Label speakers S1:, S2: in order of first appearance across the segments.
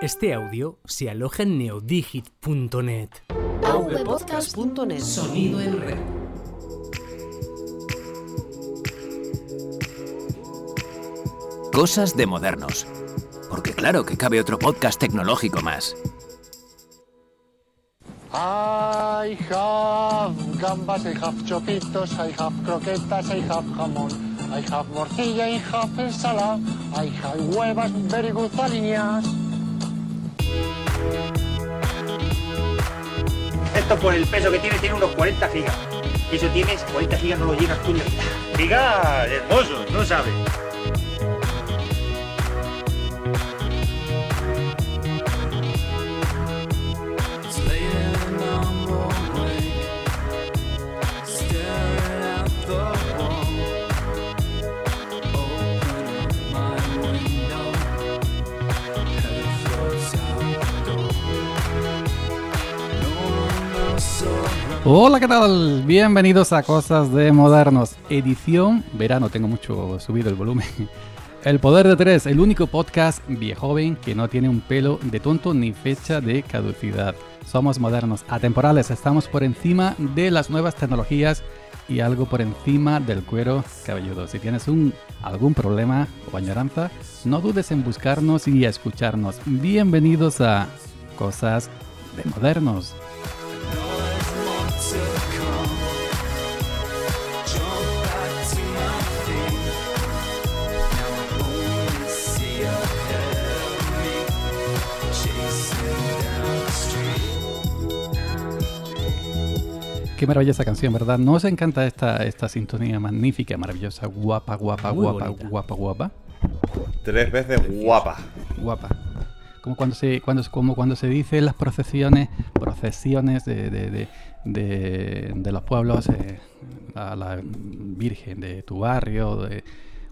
S1: Este audio se aloja en neodigit.net.
S2: avpodcast.net.
S3: Sonido en red.
S4: Cosas de modernos. Porque claro que cabe otro podcast tecnológico más.
S5: I have gambas, I have chopitos, I have croquetas, I have jamón, I have morcilla, I have ensalada, I have huevas very good alineadas.
S6: Esto por el peso que tiene, tiene unos 40 gigas. Eso tienes, 40 gigas no lo llenas tú ni a mitad. Gigas hermosos, no sabes.
S7: Hola, ¿qué tal? Bienvenidos a Cosas de Modernos, edición verano. Tengo mucho subido el volumen. El Poder de Tres, el único podcast viejoven que no tiene un pelo de tonto ni fecha de caducidad. Somos modernos, atemporales, estamos por encima de las nuevas tecnologías y algo por encima del cuero cabelludo. Si tienes un, algún problema o añoranza, no dudes en buscarnos y escucharnos. Bienvenidos a Cosas de Modernos. Qué maravilla esa canción, ¿verdad? Nos encanta esta, esta sintonía magnífica, maravillosa, guapa, guapa,
S1: Muy
S7: guapa,
S1: bonita.
S7: guapa, guapa,
S8: Tres veces guapa.
S7: guapa. Como cuando se, cuando, como cuando se dice en las procesiones, procesiones de, de, de- de- de los pueblos, eh, a la Virgen de tu barrio, de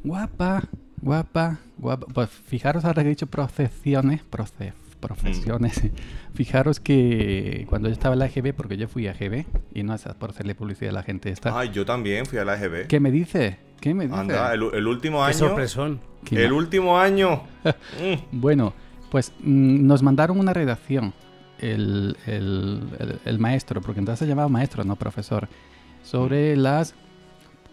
S7: guapa, guapa, guapa. Pues fijaros ahora que he dicho procesiones, proce- procesiones.
S1: Mm.
S7: Fijaros que cuando yo estaba en la EGB, porque yo fui a EGB, y no es por hacerle publicidad a la gente esta.
S8: Ay, yo también fui a la EGB.
S7: Ah. ¿Qué me dices? ¿Qué me dices?
S8: Anda, el, el último
S1: Qué
S8: año.
S1: sorpresón.
S7: ¿Qué
S8: El
S7: ma-
S8: último año. Mm.
S7: Bueno, pues mm, nos mandaron una redacción el, el- el- el maestro, porque entonces se llamaba maestro, no profesor, sobre las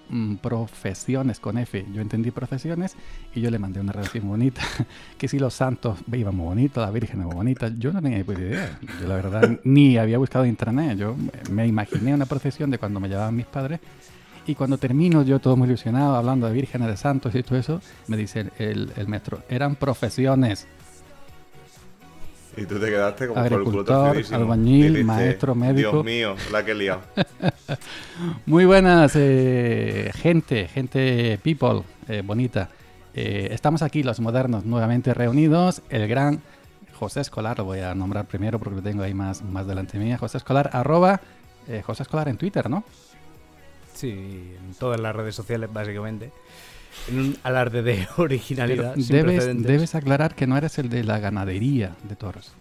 S7: mm, profesiones con F. Yo entendí profesiones y yo le mandé una redacción muy bonita, que si los santos iban muy bonitos, la Virgen muy bonita, yo no tenía ni puta idea. Yo la verdad ni había buscado en internet, yo me imaginé una procesión de cuando me llevaban mis padres y cuando termino, yo todo muy ilusionado, hablando de vírgenes, de santos y todo eso, me dice el, el- el maestro, eran profesiones,
S8: Y tú te quedaste como por el culo
S7: Agricultor,
S8: torcidísimo.
S7: albañil,
S8: Dijiste,
S7: maestro, médico".
S8: Dios mío, la que he liado.
S7: Muy buenas, eh, gente, gente, people, eh, bonita. Eh, estamos aquí, los modernos, nuevamente reunidos. El gran José Escolar, lo voy a nombrar primero porque lo tengo ahí más, más delante mía. José Escolar, arroba eh, José Escolar en Twitter, ¿no?
S1: Sí, en todas las redes sociales, básicamente. En un alarde de originalidad. Ah, sin
S7: Debes,
S1: precedentes.
S7: debes aclarar que no eres el de la ganadería de toros.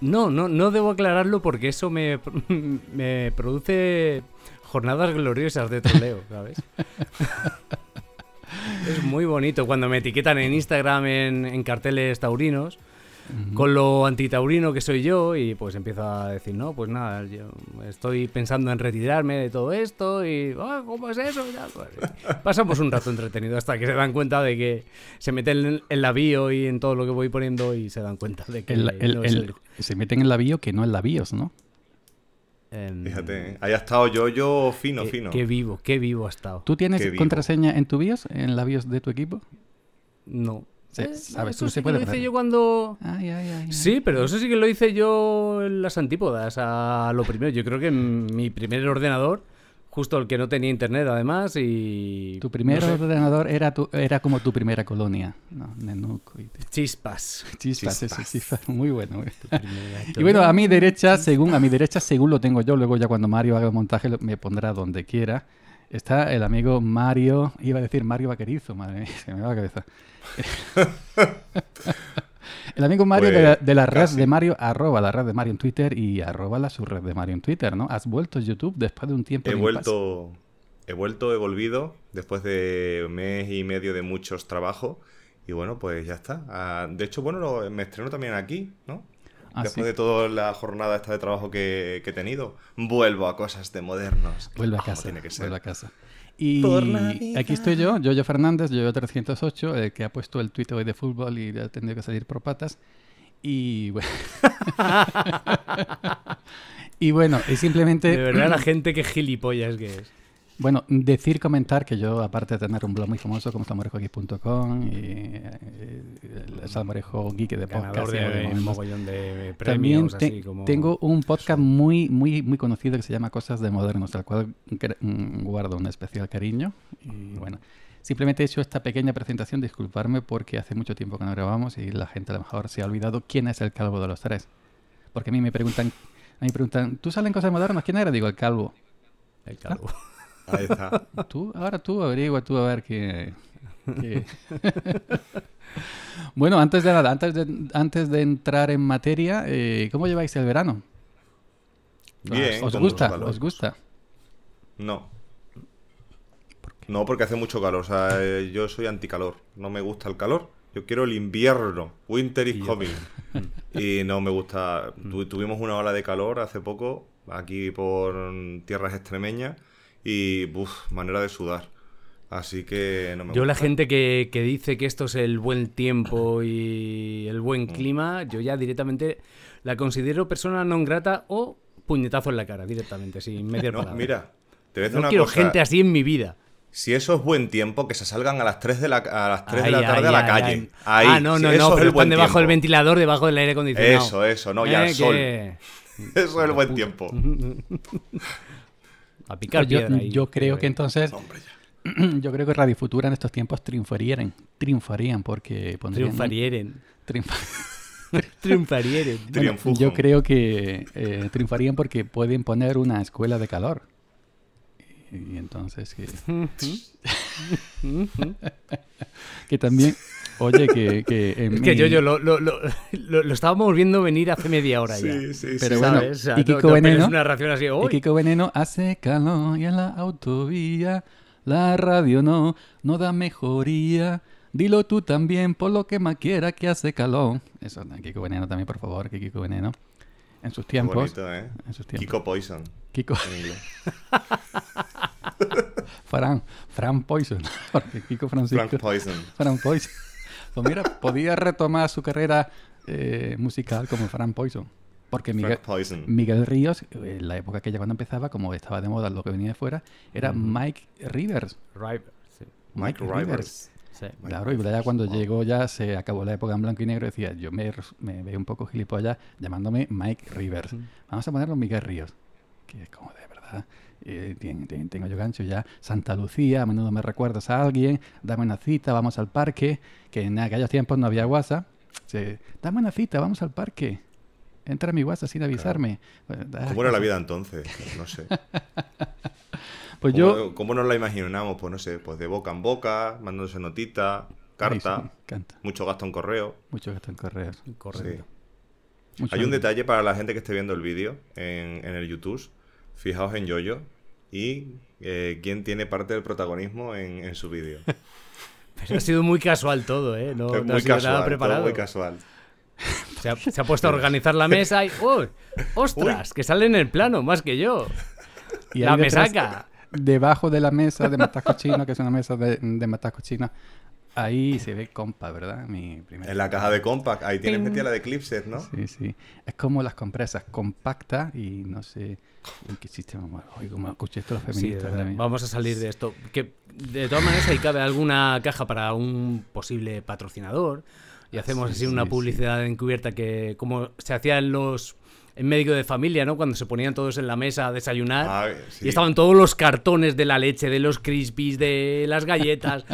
S1: No, no, no debo aclararlo porque eso me, me produce jornadas gloriosas de troleo, ¿sabes? es muy bonito cuando me etiquetan en Instagram en, en carteles taurinos con lo antitaurino que soy yo y pues empiezo a decir, no, pues nada, yo estoy pensando en retirarme de todo esto y, "Ah, ¿cómo es eso? Ya, pues, pasamos un rato entretenido hasta que se dan cuenta de que se meten en, en la bio y en todo lo que voy poniendo y se dan cuenta de que
S7: El- el-
S1: Eh, no es
S7: el-
S1: el-
S7: se meten en la bio que no en la bios, ¿no?
S1: Em,
S8: Fíjate, eh. haya estado yo, yo fino,
S1: qué,
S8: fino.
S1: qué vivo, qué vivo ha estado.
S7: ¿Tú tienes
S8: Qué vivo.
S7: contraseña en tu BIOS, en la BIOS de tu equipo?
S1: No.
S7: Se-
S1: Eh,
S7: sabes,
S1: eso
S7: tú
S1: sí
S7: se
S1: que
S7: puede
S1: lo hice
S7: hacer.
S1: yo cuando...
S7: Ay, ay, ay.
S1: Sí, pero eso sí que lo hice yo en las antípodas a lo primero. Yo creo que en mi primer ordenador, justo el que no tenía internet además y...
S7: Tu primer
S1: no sé,
S7: ordenador era, tu- era como tu primera colonia. No, Nenuco y te-
S1: Chispas.
S7: Chispas, eso, chispas. Muy bueno. muy bueno.
S1: gato.
S7: Y bueno, a mi derecha, según a mi derecha, según lo tengo yo, luego ya cuando Mario haga el montaje lo- me pondrá donde quiera. Está el amigo Mario, iba a decir Mario Vaquerizo, madre mía, se me va la cabeza. el amigo Mario de, la,
S8: Pues,
S7: de la red de Mario, arroba la red de Mario en Twitter y arroba la subred de Mario en Twitter, ¿no? Has vuelto a YouTube después de un tiempo.
S8: He
S7: de impasse.
S8: vuelto, he vuelto, he volvido después de mes y medio de muchos trabajos. Y bueno, pues ya está. Ah, de hecho, bueno, lo- me estreno también aquí, ¿no?
S7: Ah,
S8: Después
S7: sí.
S8: de toda la jornada esta de trabajo que, que he tenido, vuelvo a cosas de modernos.
S7: Vuelve a
S8: Como
S7: casa.
S8: tiene que ser.
S7: Vuelve a casa. Y
S8: Por Navidad.
S7: aquí estoy yo, Yoyo Fernández, Yoyo 308, el que ha puesto el tuit hoy de fútbol y ha tenido que salir por patas. Y bueno. y bueno, y simplemente.
S1: De verdad, la gente que gilipollas que es.
S7: Bueno, decir, comentar que yo, aparte de tener un blog muy famoso como salmorejogeek.com y eh, el Salmorejo Geek de
S1: Ganador
S7: podcast, y
S1: de un
S7: movimientos,
S1: mogollón de
S7: también
S1: premios.
S7: te-
S1: así como...
S7: tengo un podcast muy, muy, muy conocido que se llama Cosas de Modernos, al cual cre- mm, guardo un especial cariño. Y
S1: Mm.
S7: bueno, simplemente he hecho esta pequeña presentación, disculparme porque hace mucho tiempo que no grabamos y la gente a lo mejor se ha olvidado quién es el calvo de los tres. Porque a mí me preguntan, a mí me preguntan, ¿tú salen Cosas Modernas? ¿Quién era? Digo, el calvo.
S1: El calvo.
S8: Ahí está.
S7: Tú, ahora tú averigua tú a ver qué. qué- bueno, antes de nada, antes de, antes de entrar en materia, eh, ¿cómo lleváis el verano? ¿Os,
S8: Bien.
S7: os
S8: con
S7: gusta?
S8: los valores.
S7: ¿Os gusta?
S8: No. No, porque hace mucho calor. O sea, eh, yo soy anticalor. No me gusta el calor. Yo quiero el invierno. Winter is coming. Y no me gusta.
S7: Mm.
S8: Tu- tuvimos una ola de calor hace poco, aquí por mm, tierras extremeñas. Y, buf, manera de sudar. Así que no me
S1: Yo la
S8: gusta.
S1: gente que, que dice que esto es el buen tiempo y el buen
S8: Mm.
S1: clima, yo ya directamente la considero persona non grata o puñetazo en la cara directamente, sin media
S8: No,
S1: palabra.
S8: mira, te voy a decir
S1: No
S8: una
S1: quiero
S8: cosa.
S1: gente así en mi vida.
S8: Si eso es buen tiempo, que se salgan a las 3 de la, a las 3 de la
S1: Ahí,
S8: tarde
S1: ahí,
S8: a la
S1: ahí,
S8: calle.
S1: ahí.
S8: Ahí.
S1: Ah, no,
S8: Si
S1: no,
S8: eso
S1: no,
S8: es
S1: pero
S8: el buen
S1: están debajo del
S8: tiempo.
S1: ventilador, debajo del aire acondicionado. Eh,
S8: Eso, eso, no, y al sol.
S1: que-
S8: Eso es el buen tiempo.
S1: A picar
S7: Pues yo,
S1: piedra ahí.
S7: yo creo que entonces,
S8: Hombre, ya.
S7: yo creo que Radio Futura en estos tiempos triunfarían, triunfarían porque pondrían...
S1: Triunfarieren.
S7: triunfa-
S1: Triunfarieren.
S7: Bueno,
S8: Triunfujo.
S7: yo creo que eh, triunfarían porque pueden poner una escuela de calor. Y, entonces que... que también, oye, que... que en
S1: Es que
S7: mi-
S1: yo, yo lo, lo, lo, lo- lo estábamos viendo venir hace media hora ya.
S8: Sí, sí,
S7: Pero
S8: sí.
S7: bueno,
S1: ¿Sabes? O sea,
S7: y
S1: no-
S7: Kiko
S1: no
S7: Veneno-
S1: esperes una reacción así,
S7: Y
S1: "Uy,
S7: Kiko Veneno hace calor y en la autovía la radio no, no da mejoría. Dilo tú también, por lo que más quiera que hace calor. Eso, Kiko Veneno también, por favor, que Kiko Veneno. En sus
S8: Qué
S7: tiempos.
S8: bonito, ¿eh?
S7: En sus tiempos.
S8: Kiko Poison.
S7: Kiko,
S8: en inglés.
S7: Fran, Fran Poison. Porque Kiko Francisco.
S8: Frank Poison.
S7: Fran Poison. Pues mira, podía retomar su carrera eh, musical como Fran Poison. Porque Miguel,
S8: Frank Poison.
S7: Miguel Ríos, en la época que ya cuando empezaba, como estaba de moda lo que venía de fuera, era Mike Rivers.
S1: Right. Sí,
S8: Mike Rivers.
S1: sí.
S8: Mike
S7: Claro, y ya
S8: oh.
S7: cuando llegó ya se acabó la época en blanco y negro, decía, yo me, res- me veo un poco gilipollas llamándome Mike Rivers. Vamos a ponerlo Miguel Ríos, que es como de verdad. eh, tien- tien- tengo yo gancho ya. Santa Lucía, a menudo me recuerdas a alguien, dame una cita, vamos al parque, que en aquellos tiempos no había WhatsApp. Se, dame una cita, vamos al parque. Entra a mi WhatsApp sin avisarme. Bueno, ah,
S8: ¿Cómo era la vida entonces? No sé.
S7: Pues
S8: ¿Cómo,
S7: yo...
S8: cómo nos la imaginamos? Pues no sé, pues de boca en boca, mandándose notitas,
S7: Ay, sí,
S8: carta,
S7: canta.
S8: mucho gasto en correo.
S7: Mucho gasto en correos.
S1: Correcto.
S8: Sí.
S7: Mucho
S8: Hay un
S7: gasto.
S8: detalle para la gente que esté viendo el vídeo en, en el YouTube. Fijaos en Yoyo y eh, quién tiene parte del protagonismo en, en su vídeo.
S1: Pero ha sido muy casual todo, ¿eh? No,
S8: Es
S1: no
S8: muy
S1: ha sido
S8: casual,
S1: nada
S8: todo
S1: preparado.
S8: muy casual.
S1: Se ha, se ha puesto a organizar la mesa y. ¡Uy! ¡Ostras! Que sale en el plano, más que yo.
S7: Y
S1: la
S7: ahí detrás,
S1: mesaca.
S7: Debajo de la mesa de Matasco Chino, que es una mesa de, de Matasco Chino, ahí se ve compa, ¿verdad? Mi primera.
S8: En la caja de Compact, ahí tienes metida la de Clipset, ¿no?
S7: Sí, sí. Es como las compresas, compacta y no sé. Uy, qué sistema malo. Oye, como escuché esto los
S1: Sí, de
S7: feministas
S1: verdad.
S7: también.
S1: Vamos a salir de esto. Que de todas maneras ahí cabe alguna caja para un posible patrocinador. Y hacemos
S7: Sí,
S1: así una
S7: sí,
S1: publicidad encubierta que como se hacía en los en médico de familia, ¿no? Cuando se ponían todos en la mesa a desayunar
S8: Ah, sí.
S1: y estaban todos los cartones de la leche, de los crispies, de las galletas,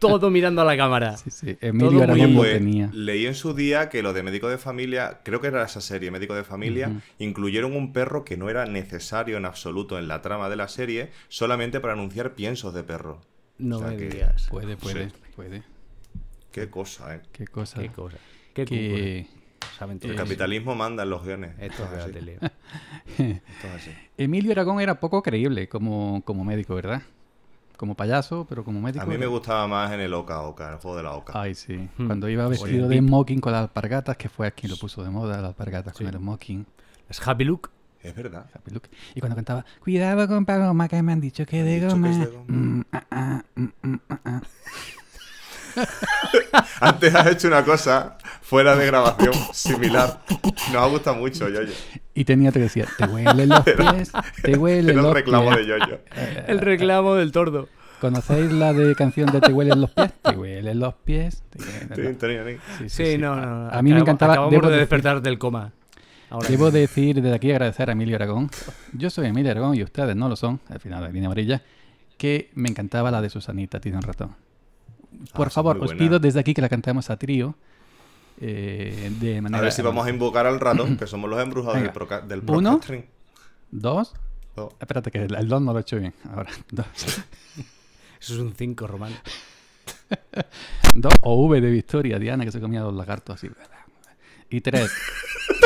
S1: todo mirando a la cámara.
S7: Sí, sí. Emilio
S1: muy
S7: Aragón
S8: Oye,
S7: lo
S8: pues,
S7: tenía.
S8: leí en su día que lo de médico de familia, creo que era esa serie, médico de familia, incluyeron un perro que no era necesario en absoluto en la trama de la serie, solamente para anunciar piensos de perro.
S1: No
S8: O sea
S1: me
S8: que-
S1: digas.
S7: Puede, puede,
S8: Sí.
S7: puede.
S8: Qué cosa, ¿eh?
S7: Qué cosa.
S1: Qué cosa. Qué
S7: que...
S1: cucura. Las aventuras.
S8: El capitalismo manda en los guiones.
S1: Esto es de la
S8: así,
S1: tele.
S8: esto es así.
S7: Emilio Aragón era poco creíble como, como médico, ¿verdad? como payaso, pero como médico.
S8: A mí me gustaba más en el Oca Oca, el juego de la Oca.
S7: Ay, sí. Cuando iba vestido de smoking con las alpargatas, que fue quien lo puso de moda, las alpargatas con el smoking.
S1: Es Happy Look.
S8: Es verdad.
S7: Happy Look. Y cuando cantaba, cuidado con Paloma, que me han dicho que de
S8: dicho que
S7: goma.
S8: es de goma".
S7: Mm, ah, ah, mm, mm, ah, ah.
S8: Antes has hecho una cosa fuera de grabación similar. Nos ha gustado mucho, Yoyo.
S7: Y tenía otro que decía, te huelen los pies, te huelen
S8: Era
S7: los
S8: el reclamo de
S7: pies. Eh,
S8: Yoyo.
S1: El reclamo del tordo.
S7: ¿Conocéis la de canción de Te huelen los pies? Te huelen los pies. te huelen los-
S8: Tin, tin, tin.
S7: Sí, sí,
S1: Sí,
S7: sí.
S1: no,
S7: A-
S1: no, no.
S7: A mí me
S1: Acab-
S7: encantaba.
S1: Acabamos
S7: debo
S1: de
S7: decir-
S1: despertar del coma. Ahora.
S7: Debo decir desde aquí agradecer a Emilio Aragón. Yo soy Emilio Aragón y ustedes no lo son, al final de línea amarilla, que me encantaba la de Susanita, tiene un ratón. Por
S8: Ah, esa es
S7: favor,
S8: muy
S7: os
S8: buena.
S7: pido desde aquí que la cantemos a trío. eh, de manera.
S8: A ver si vamos a invocar al ratón, que somos los embrujados del,
S7: Venga.
S8: proca del
S7: Uno.
S8: procastring.
S7: Dos.
S8: Dos.
S7: Espérate, que el 2 no lo he hecho bien. Ahora, dos.
S1: Eso es un 5 romano.
S7: Dos. O V de Victoria, Diana, que se comía dos lagartos así. Y tres.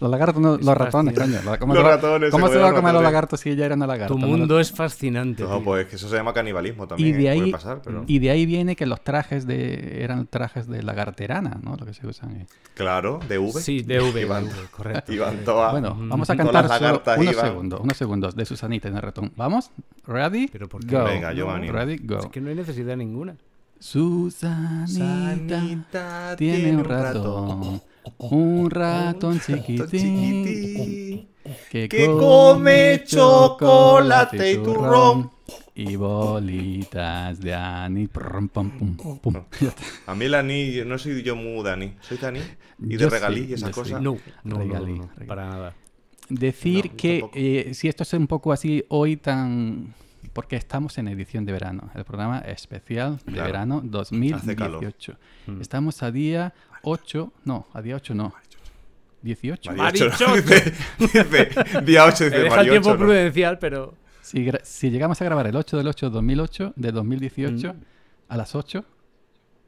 S7: Los lagartos, no, los ratones,
S1: fastidio.
S7: coño. ¿Cómo,
S8: Los
S7: se va-
S8: ratones,
S7: ¿cómo
S8: se
S7: se va a
S8: comían
S7: comer los
S8: ratones.
S7: lagartos si ella era una lagarta?
S1: Tu
S7: No lo-
S1: mundo es fascinante.
S8: No,
S1: tío.
S8: pues que eso se llama canibalismo
S7: Y
S8: también.
S7: de,
S8: ¿eh?
S7: ahí,
S8: Puede pasar, pero...
S7: y de ahí viene que los trajes de eran trajes de lagarterana, ¿no? Lo que se usan. ahí.
S8: Claro, de V.
S1: Sí, de V,
S8: Iván.
S1: de V, correcto.
S8: Iván Toa.
S7: Bueno, vamos a
S8: Ah, Con
S7: cantar
S8: las
S7: solo
S8: lagartas
S7: unos
S8: iban.
S7: segundos, unos segundos de Susanita en el ratón. ¿Vamos? ¿Ready?
S1: Pero ¿por qué?
S7: Go.
S8: Venga, yo me animo.
S7: Ready, go.
S1: Es que no hay necesidad ninguna.
S7: Susanita
S8: Sanita
S7: tiene un ratón. Un ratón chiquitín que,
S8: que come chocolate y turrón.
S7: y bolitas de anís. Prum, pum, pum, pum. Ya está.
S8: A mí el Ani, no soy yo muy Dani. Soy Dani. Y
S7: Yo
S8: de
S7: sí,
S8: regalí y
S7: yo
S8: esas
S7: sí.
S8: cosas.
S1: No, no, no,
S7: Regalí,
S1: no, no,
S7: regalí.
S1: para nada.
S7: Decir
S8: No, yo
S7: que
S8: tampoco.
S7: eh, si esto es un poco así hoy tan... Porque estamos en edición de verano, el programa especial de
S8: Claro.
S7: verano 2018. Estamos a día 8, no, a día 8 no. 18.
S8: Mario ocho, dice, dice, día 8
S1: Me
S8: dice
S1: deja el
S8: Mario
S1: tiempo
S8: ocho, ¿no?
S1: prudencial, pero
S7: Si, gra- si llegamos a grabar el 8 del 8 de 2008, de 2018,
S8: Mm.
S7: a las 8,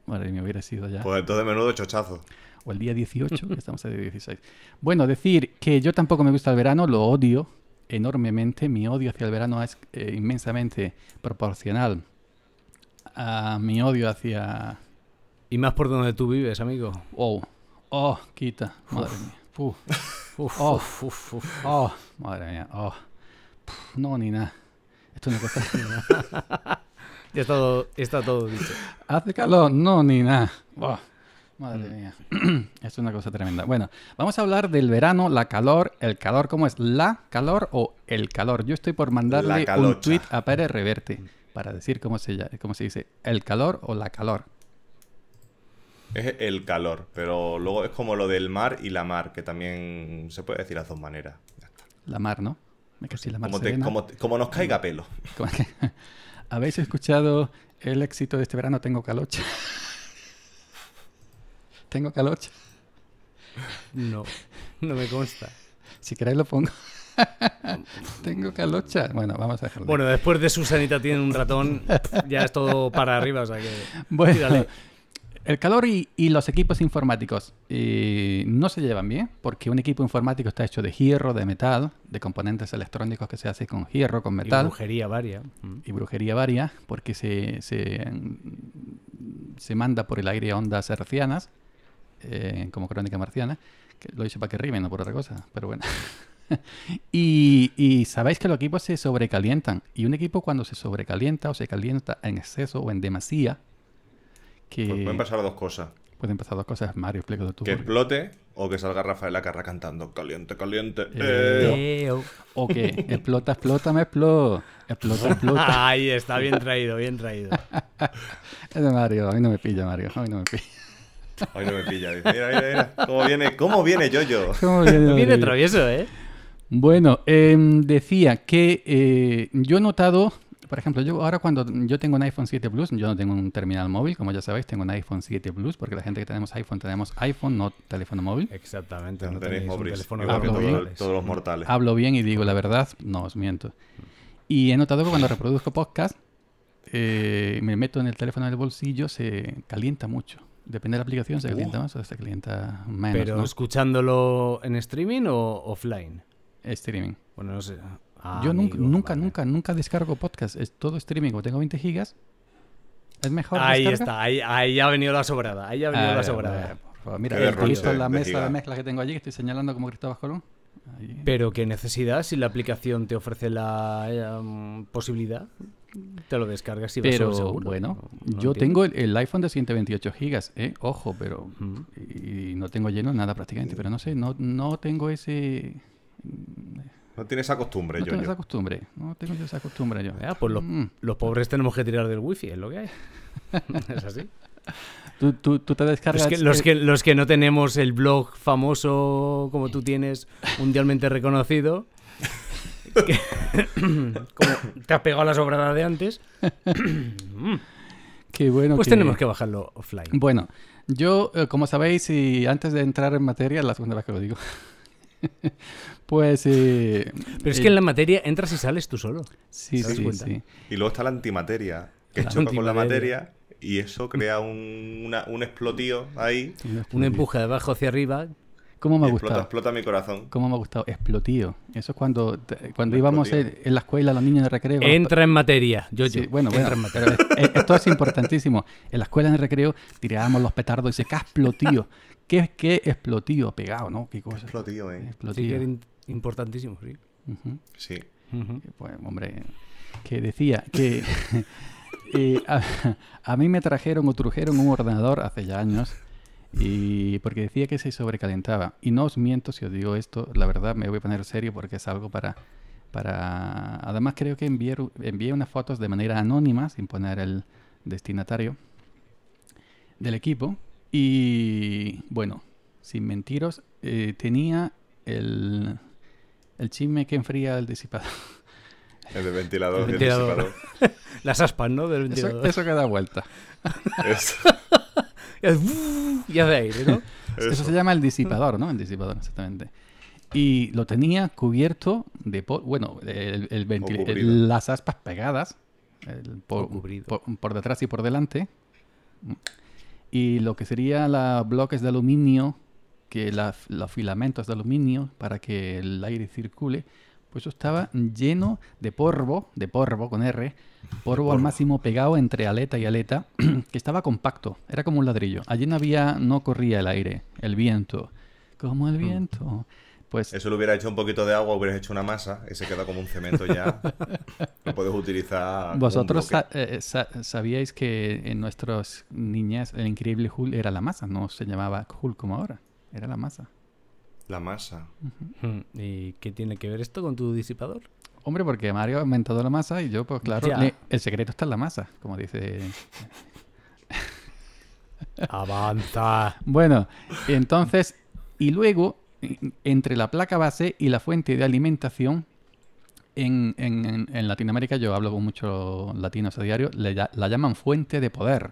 S7: madre mía, hubiera sido ya.
S8: Pues entonces menudo chochazo.
S7: o el día 18, que estamos a día 16. Bueno, decir que yo tampoco me gusta el verano, lo odio enormemente. Mi odio hacia el verano es eh, inmensamente proporcional a mi odio hacia...
S1: y más por donde tú vives, amigo.
S7: Oh, oh, quita, madre mía. Uf,
S1: Uf,
S7: Oh.
S1: uf, uf, uf.
S7: oh, madre mía, oh. Puf, no, ni nada. Esto no pasa
S1: Ya está todo, está todo dicho.
S7: Hace calor, no, ni nada. Buah, madre mía. es una cosa tremenda. Bueno, vamos a hablar del verano, la calor, el calor, ¿cómo es? ¿La calor o el calor? Yo estoy por mandarle un
S8: calocha.
S7: tweet a Pérez Reverte para decir cómo se, lla- cómo se dice, el calor o la calor.
S8: Es el calor, pero luego es como lo del mar y la mar, que también se puede decir a dos maneras. Ya está.
S7: La mar, ¿no? Me casi la mar
S8: Como, te-
S7: serena.
S8: como te- como nos caiga pelo.
S7: ¿Cómo es que- ¿Habéis escuchado el éxito de este verano? Tengo calocha. Tengo calocha.
S1: No, no me consta.
S7: Si queréis lo pongo. Tengo calocha. Bueno, vamos a dejarlo.
S1: Bueno, después de Susanita tiene un ratón, ya es todo para arriba, o sea que.
S7: Bueno,
S1: Tírale.
S7: el calor y, y los equipos informáticos eh, no se llevan bien porque un equipo informático está hecho de hierro, de metal, de componentes electrónicos que se hace con hierro, con
S1: Y
S7: metal
S1: brujería varia. Mm.
S7: y brujería varia porque se, se, se manda por el aire ondas hercianas, eh, como crónica marciana, que lo hice para que rimen, no por otra cosa, pero bueno. y, y sabéis que los equipos se sobrecalientan y un equipo cuando se sobrecalienta o se calienta en exceso o en demasía, que
S8: Pues pueden pasar dos cosas.
S7: pueden pasar dos cosas, Mario, explícalo tú.
S8: Que
S7: porque-
S8: explote o que salga Rafael Acarra cantando caliente, caliente. eh.
S1: Eh, oh.
S7: O que explota, explota, me explota, explota, explota.
S1: Ahí está, bien traído, bien traído.
S7: Es de Mario, a mí no me pilla, Mario, a mí no me pilla.
S8: Ay, no me pilla. Dice, mira, mira, mira. ¿Cómo viene, cómo viene Yoyo?
S7: ¿Cómo viene
S1: Viene
S7: Mario?
S1: travieso, ¿eh?
S7: Bueno, em, decía que eh, yo he notado, por ejemplo, yo ahora cuando yo tengo un iPhone 7 Plus, yo no tengo un terminal móvil, como ya sabéis, tengo un iPhone 7 Plus, porque la gente que tenemos iPhone tenemos iPhone, no teléfono móvil.
S1: Exactamente.
S8: No
S1: No
S8: tenéis
S1: tenéis un
S8: hobbies,
S1: teléfono
S8: igual que
S7: hablo
S8: todo-
S7: bien.
S1: móvil.
S8: todos los mortales.
S7: Hablo bien y digo la verdad, no os miento. Y he notado que cuando reproduzco podcast, eh, me meto en el teléfono del bolsillo, se calienta mucho. Depende de la aplicación, se calienta más o se calienta menos.
S1: Pero
S7: ¿no?
S1: escuchándolo en streaming o offline.
S7: Streaming.
S1: Bueno, no sé.
S7: Yo nunca,
S1: Amigo,
S7: nunca,
S1: vale.
S7: nunca, nunca descargo podcast. Es todo streaming. Como tengo 20 gigas, es mejor
S1: Ahí
S7: descarga.
S1: está, ahí, ahí ha venido la sobrada. Ahí ha venido
S7: Ah,
S1: la
S7: bueno,
S1: sobrada.
S7: por favor, Mira,
S8: Qué
S7: he visto
S8: derroche
S7: la
S8: de
S7: mesa
S8: giga.
S7: de mezcla que tengo allí, que estoy señalando como Cristóbal Colón. Ahí.
S1: Pero qué necesidad si la aplicación te ofrece la eh, um, posibilidad, te lo descargas y vas
S7: Pero
S1: solo seguro.
S7: bueno,
S1: No- no
S7: yo
S1: entiendo.
S7: tengo el, el iPhone de 128 gigas, ¿eh? ojo, pero
S1: Ujú.
S7: y, y no tengo lleno nada prácticamente, pero no sé, no, no tengo ese,
S8: No tiene esa costumbre,
S7: no
S8: yo.
S7: tengo esa costumbre, no tengo yo esa costumbre yo.
S1: Ya, pues los,
S7: Mm.
S1: los pobres tenemos que tirar del wifi, es lo que hay. es así.
S7: Tú, tú, tú te
S1: Los
S7: descargas.
S1: que, los,
S7: eh,
S1: que, los que no tenemos el blog famoso como tú tienes, mundialmente reconocido, que- como te has pegado la sobrada de antes,
S7: qué bueno.
S1: pues
S7: que-
S1: tenemos que bajarlo offline.
S7: Bueno, yo, eh, como sabéis, y antes de entrar en materia, la segunda vez que lo digo, pues. eh,
S1: Pero es
S7: eh,
S1: que en la materia entras y sales tú solo.
S7: Sí,
S1: ¿Te das
S7: sí,
S1: cuenta?
S7: sí.
S8: Y luego está la antimateria, que
S1: La
S8: choca con la
S1: antimateria.
S8: materia y eso crea un, una- un explotío ahí.
S1: Un empuje de abajo hacia arriba.
S7: ¿Cómo me ha
S8: y explota,
S7: gustado?
S8: explota mi corazón.
S7: ¿Cómo me ha gustado? Explotío. Eso es cuando, te- cuando íbamos eh,
S8: Explotío.
S7: en, en la escuela, los niños de recreo. los pa-
S1: Entra en materia, yo,
S7: Sí, bueno, bueno, pero es- es- esto es importantísimo. En la escuela, en el recreo, tirábamos los petardos y dice, ¿qué explotío? ¿Qué, qué explotío? Pegado, ¿no? ¿Qué cosa?
S8: Explotío, eh.
S1: Sí, que
S7: Explotío.
S1: era in- importantísimo, sí.
S7: Ujú.
S8: Sí.
S1: Ujú.
S7: Pues, hombre, que decía que eh, a, a mí me trajeron o trujeron un ordenador hace ya años y porque decía que se sobrecalentaba. Y no os miento si os digo esto, la verdad me voy a poner serio porque es algo para... para... Además creo que envié, envié unas fotos de manera anónima, sin poner el destinatario, del equipo. Y bueno, sin mentiros, eh, tenía el, el chisme que enfría el disipador.
S8: El del ventilador.
S1: El
S8: y
S1: ventilador.
S8: disipador.
S1: Las aspas, ¿no? Del
S7: Eso,
S1: ventilador.
S7: eso que da vuelta.
S8: Es-
S1: Y hace- Y hace aire, ¿no?
S7: Eso. se llama el disipador, ¿no? El disipador, exactamente. Y lo tenía cubierto de pol- bueno, el, el ventil-
S8: cubrido.
S7: el- las aspas pegadas el por,
S1: O cubrido.
S7: por- por detrás y por delante. Y lo que sería los bloques de aluminio, que la- los filamentos de aluminio para que el aire circule, pues eso estaba lleno de polvo, de polvo con R, polvo al máximo pegado entre aleta y aleta, que estaba compacto, era como un ladrillo. Allí no había, no corría el aire, el viento. Como el viento. Pues
S8: Eso lo hubiera hecho un poquito de agua, hubieras hecho una masa y se queda como un cemento ya. lo puedes utilizar. como un
S7: Vosotros
S8: bloque.
S7: sa- eh, sa- sabíais que en nuestras niñas el increíble Hulk era la masa, no se llamaba Hulk como ahora, era la masa.
S8: La masa.
S1: Ujú. ¿Y qué tiene que ver esto con tu disipador?
S7: Hombre, porque Mario ha inventado la masa y yo, pues claro,
S1: Ya.
S7: le- el secreto está en la masa, como dice.
S1: Avanza.
S7: Bueno, entonces, y luego, en- entre la placa base y la fuente de alimentación, en, en- en- en Latinoamérica, yo hablo con muchos latinos a diario, le ya- la llaman fuente de poder.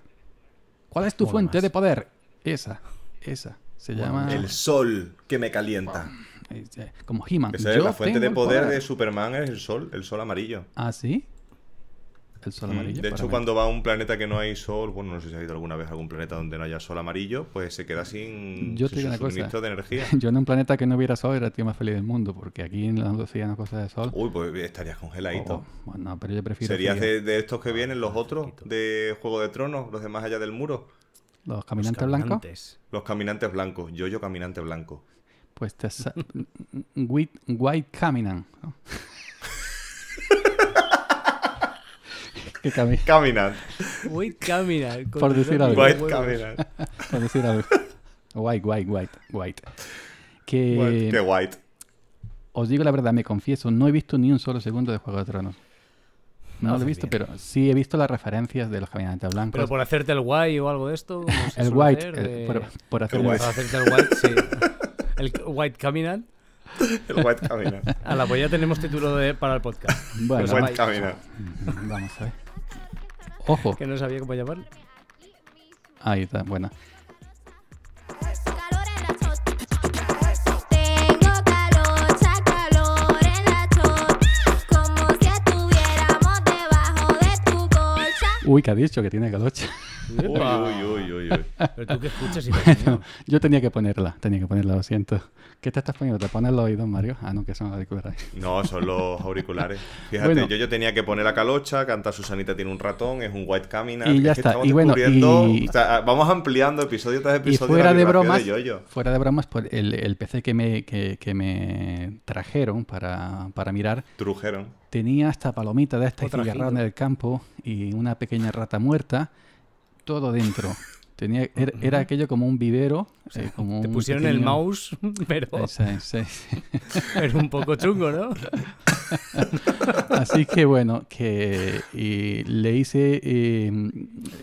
S7: ¿Cuál es tu
S1: Mola
S7: fuente
S1: más.
S7: de poder? Esa, esa. Se llama...
S8: El sol que me calienta.
S7: Eh, eh, como He-Man.
S8: Esa es
S7: Yo
S8: la fuente
S7: tengo
S8: de
S7: el
S8: poder, de Superman, es el sol, el sol amarillo.
S7: Ah, sí. El sol
S8: Mm,
S7: amarillo.
S8: De
S7: para
S8: hecho,
S7: mí.
S8: cuando va a un planeta que no hay sol, bueno, no sé si has ido alguna vez a algún planeta donde no haya sol amarillo, pues se queda sin,
S7: Yo
S8: sin
S7: te digo
S8: su
S7: una cosa.
S8: suministro de energía.
S7: Yo en un planeta que no hubiera sol era el tío más feliz del mundo, porque aquí en la Andalucía cosas de sol.
S8: Uy, pues estarías congeladito.
S7: oh, bueno, no, pero yo prefiero
S8: ¿Serías
S7: frío. Ah,
S8: de, de estos que vienen los otros de Juego de Tronos, los de más allá del muro?
S7: los caminantes blancos.
S1: Caminantes.
S8: Los caminantes blancos, yo yo caminante blanco.
S7: Pues te sa- white, white caminan. ¿no? que cami-
S8: Caminant,
S1: Wait, camina. con
S7: Por
S1: el
S7: decir
S1: nombre
S7: algo.
S1: de
S8: white
S1: huevos.
S8: caminant.
S7: por decir algo. White, white, white, white. Que
S8: White, Qué white.
S7: Os digo la verdad, me confieso, no he visto ni un solo segundo de Juego de Tronos. No lo he
S1: Haces
S7: visto,
S1: bien.
S7: pero sí he visto las referencias de los caminantes blancos.
S1: Pero por hacerte el guay o algo de esto. como se suele
S7: el White,
S1: hacer,
S7: eh,
S1: de-
S7: por, por hacer
S8: El
S1: Para
S8: White.
S1: hacerte el white, sí. El white caminant.
S8: El white caminant.
S1: A la pues ya tenemos título de- para el podcast.
S7: Bueno,
S8: El white caminant.
S7: vamos a ver. Ojo,
S1: Que no sabía cómo llamarlo.
S7: ahí está, bueno.
S3: Calor en la tot. Tengo calor, ya calor en la tot. Como si estuviéramos debajo de tu colcha.
S7: Uy, que ha dicho que tiene galocha.
S8: Uy,
S1: Epa.
S8: uy, uy, uy, uy.
S1: Pero tú qué escuchas y pequeño?
S7: Yo tenía que ponerla, tenía que ponerla, lo siento. ¿Qué te estás poniendo? ¿Te pones los oídos, Mario? Ah, no, que son auriculares.
S8: No, son los auriculares. Fíjate,
S7: Bueno.
S8: yo, yo tenía que poner la calocha, cantar Susanita tiene un ratón, es un white caminar.
S7: Y ya
S8: es que
S7: está.
S8: estamos
S7: Y bueno,
S8: descubriendo-
S7: y-
S8: o sea, vamos ampliando episodio tras
S7: Y
S8: episodio.
S7: fuera
S8: la
S7: de
S8: biografía
S7: bromas,
S8: Yoyo.
S7: fuera de bromas, pues, el, el PC que me, que, que me trajeron para, para mirar
S8: Trujeron.
S7: tenía hasta palomita de esta
S1: O trajito.
S7: cigarrón en el campo y una pequeña rata muerta, todo dentro. Tenía, era, era aquello como un vivero. eh, como
S1: Te
S7: un
S1: pusieron el
S7: pequeño-
S1: mouse, pero,
S7: Eh, sí, sí, sí.
S1: pero un poco chungo, ¿no?
S7: Así que bueno, que y le hice, eh,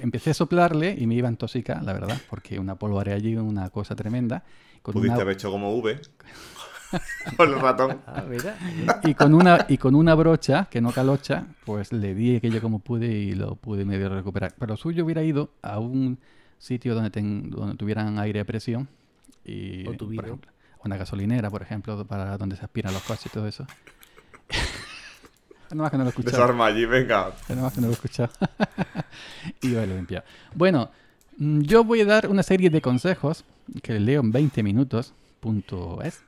S7: empecé a soplarle y me iba intoxica, la verdad, porque una polvareda allí, una cosa tremenda. Con
S8: Pudiste
S7: una-
S8: haber hecho como V. Con el ratón.
S1: Ah, mira.
S7: y con una y con una brocha que no calocha pues le di aquello como pude y lo pude medio recuperar pero suyo hubiera ido a un sitio donde ten- donde tuvieran aire a presión y
S1: O tuvido.
S7: por ejemplo, una gasolinera por ejemplo para donde se aspiran los coches y todo eso no más que no lo he escuchado
S8: Desarma allí, venga.
S7: Nada más que no lo he escuchado. y yo lo he limpiado. Bueno, mm, yo voy a dar una serie de consejos que leo en 20 minutos.es.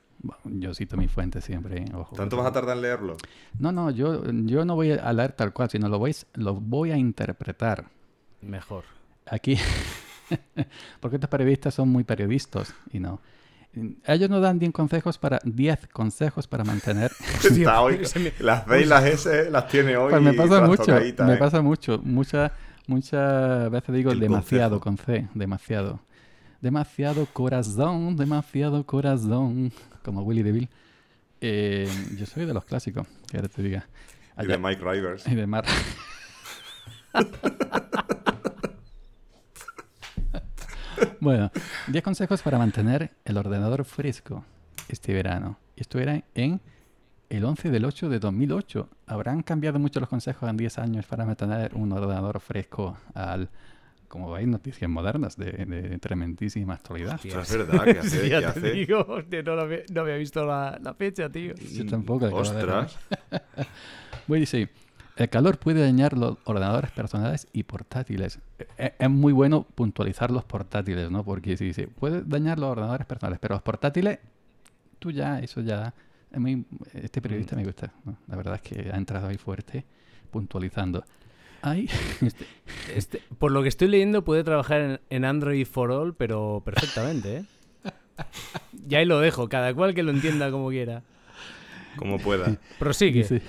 S7: Yo cito mi fuente siempre. ¿eh? Ojo.
S8: ¿Tanto vas a tardar en leerlo?
S7: No, no, yo, yo no voy a leer tal cual, sino lo voy, lo voy a interpretar.
S1: Mejor.
S7: Aquí, porque estos periodistas son muy periodistas y no. Ellos nos dan 10 consejos para 10 consejos para mantener
S8: Está hoy.
S1: se me-
S8: Las B y las S las tiene hoy.
S7: Pues me pasa mucho,
S8: trastocaditas,
S7: me
S8: ¿eh?
S7: pasa mucho, muchas muchas veces digo
S8: El
S7: demasiado con C, demasiado. Demasiado corazón, demasiado corazón, como Willy DeVille. Eh, yo soy de los clásicos, que ahora te diga.
S8: Y de Mike Rivers.
S7: Y de Mar. bueno, 10 consejos para mantener el ordenador fresco este verano. Esto era en el 11 del 8 de 2008. ¿Habrán cambiado mucho los consejos en 10 años para mantener un ordenador fresco al... Como veis, noticias modernas de, de tremendísima actualidad.
S8: Ostras, es verdad, que hace, que
S1: ya te
S8: hace.
S1: digo, hostia, no, lo había, no había visto la, la fecha, tío.
S7: Yo tampoco. acabo de verlo.
S8: Ostras.
S7: Voy dice, el calor puede dañar los ordenadores personales y portátiles. E- Es muy bueno puntualizar los portátiles, ¿no? Porque si dice, puede dañar los ordenadores personales, pero los portátiles, tú ya, eso ya... es muy- este periodista me gusta, ¿no? La verdad es que ha entrado ahí fuerte puntualizando. Ay,
S1: Este, por lo que estoy leyendo, puede trabajar en, en Android for All, pero perfectamente, ¿eh? Y ahí lo dejo, cada cual que lo entienda como quiera.
S8: Como pueda.
S1: Prosigue.
S7: dice,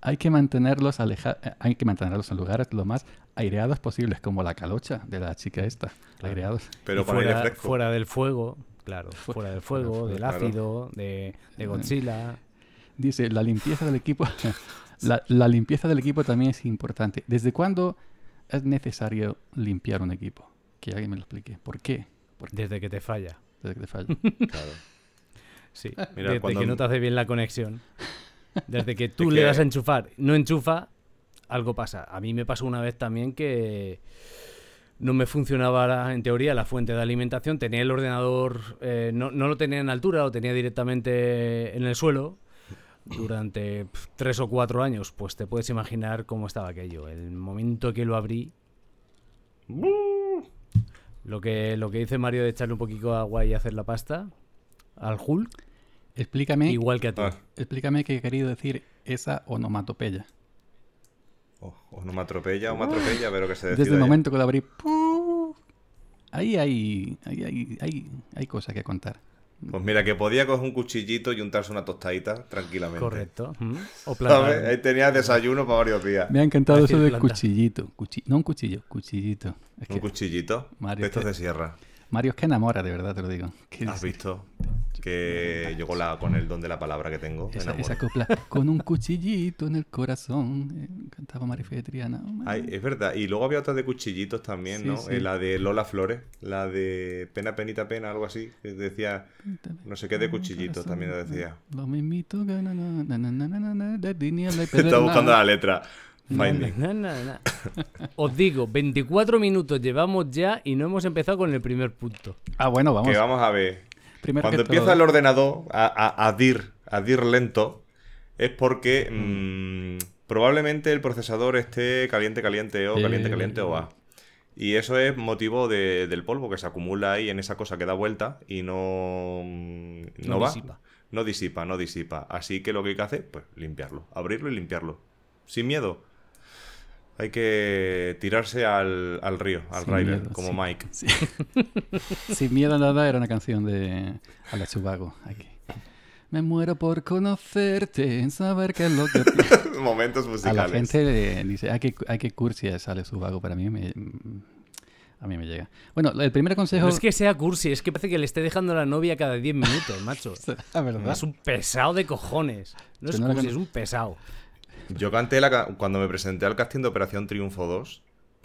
S7: hay que mantenerlos aleja- eh, hay que mantenerlos en lugares lo más aireados posibles, como la calocha de la chica esta, aireados.
S1: Y
S8: Pero con aire
S1: fuera,
S8: fresco.
S1: fuera del fuego, claro. Fuera del fuego, del
S8: claro.
S1: ácido, de, de Godzilla.
S7: Dice, la limpieza del equipo. la, la limpieza del equipo también es importante. ¿Desde cuándo es necesario limpiar un equipo? Que alguien me lo explique. ¿Por qué? ¿Por qué?
S1: Desde que te falla.
S7: Desde que te falla.
S1: Sí.
S8: Mira,
S1: desde
S8: cuando-
S1: que no te hace bien la conexión. Desde que tú
S8: Es
S1: le
S8: que-
S1: das a enchufar, no enchufa, algo pasa. A mí me pasó una vez también que no me funcionaba, la- en teoría, la fuente de alimentación. Tenía el ordenador, eh, no, no lo tenía en altura, lo tenía directamente en el suelo. Durante pf, tres o cuatro años, pues te puedes imaginar cómo estaba aquello. El momento que lo abrí, lo que, lo que dice Mario de echarle un poquito de agua y hacer la pasta al Hulk,
S7: explícame,
S1: igual que a ti.
S8: Ah,
S7: explícame qué he querido decir esa onomatopeya.
S8: o, Oh, o no me atropella o me atropella, pero que se decida
S7: Desde el
S8: ya.
S7: momento que lo abrí. ¡puu! Ahí hay, ahí hay, hay, hay cosas que contar.
S8: Pues mira, que podía coger un cuchillito y untarse una tostadita tranquilamente.
S1: Correcto. ¿Mm? O
S8: ¿Sabes?
S1: plantar.
S8: Ahí tenía desayuno para varios días.
S7: Me ha encantado
S1: Decir
S7: eso de
S1: planta.
S7: cuchillito. Cuchi- no un cuchillo, cuchillito. Es
S8: Un
S7: que
S8: cuchillito.
S7: Mario,
S8: de estos
S7: te-
S8: de sierra.
S7: Mario es que enamora, de verdad, te lo digo. Que
S8: ¿Has
S7: es-
S8: visto? Que yo con, la, con el don de la palabra que tengo. me
S7: Esa,
S8: enamoro.
S7: esa copla, con un cuchillito en el corazón, eh, cantaba Marife de Triana.
S8: Ay, es verdad. Y luego había otra de cuchillitos también,
S7: Sí,
S8: ¿no?
S7: sí.
S8: Eh, la de Lola Flores, la de Pena, Penita, Pena, algo así. que decía, eh, no sé
S7: Ah,
S8: qué de cuchillitos también lo decía.
S7: eh, Lo mismito que na, na, na, na, na, na, na, de Disney, la
S8: Estaba buscando
S7: perla.
S8: la letra. Finding.
S1: Na, na, na. Os digo, 24 minutos llevamos ya y no hemos empezado con el primer punto.
S7: Ah, bueno, vamos.
S8: Que vamos a ver.
S7: Primero
S8: Cuando
S7: que
S8: empieza
S7: todo,
S8: el ordenador a, a- a dir, a dir lento, es porque mm, probablemente el procesador esté caliente, caliente o
S7: Eh,
S8: caliente, caliente o va. Y eso es motivo de- del polvo que se acumula ahí en esa cosa que da vuelta y no, mm, no,
S1: No
S8: va.
S1: disipa.
S8: No disipa, no disipa. Así que lo que hay que hacer, pues limpiarlo, abrirlo y limpiarlo. Sin miedo. Hay que tirarse al, al río, al
S7: Sin
S8: river,
S7: miedo,
S8: como
S7: sí.
S8: Mike.
S7: Sí. Sin miedo a nada era una canción de Alex Ubago. Aquí. Me muero por conocerte, en saber qué es lo que...
S8: Momentos
S7: a
S8: musicales.
S7: la gente le dice, hay que, hay que cursi es Alex Ubago, para mí me, mm, a mí me llega. Bueno, el primer consejo...
S1: No es que sea cursi, es que parece que le esté dejando la novia cada 10 minutos, macho.
S7: La Ah, verdad.
S1: Es un pesado de cojones. No es
S7: Pero no era
S1: cursi,
S7: que-
S1: es un pesado.
S8: Yo canté la ca- cuando me presenté al casting de Operación Triunfo 2,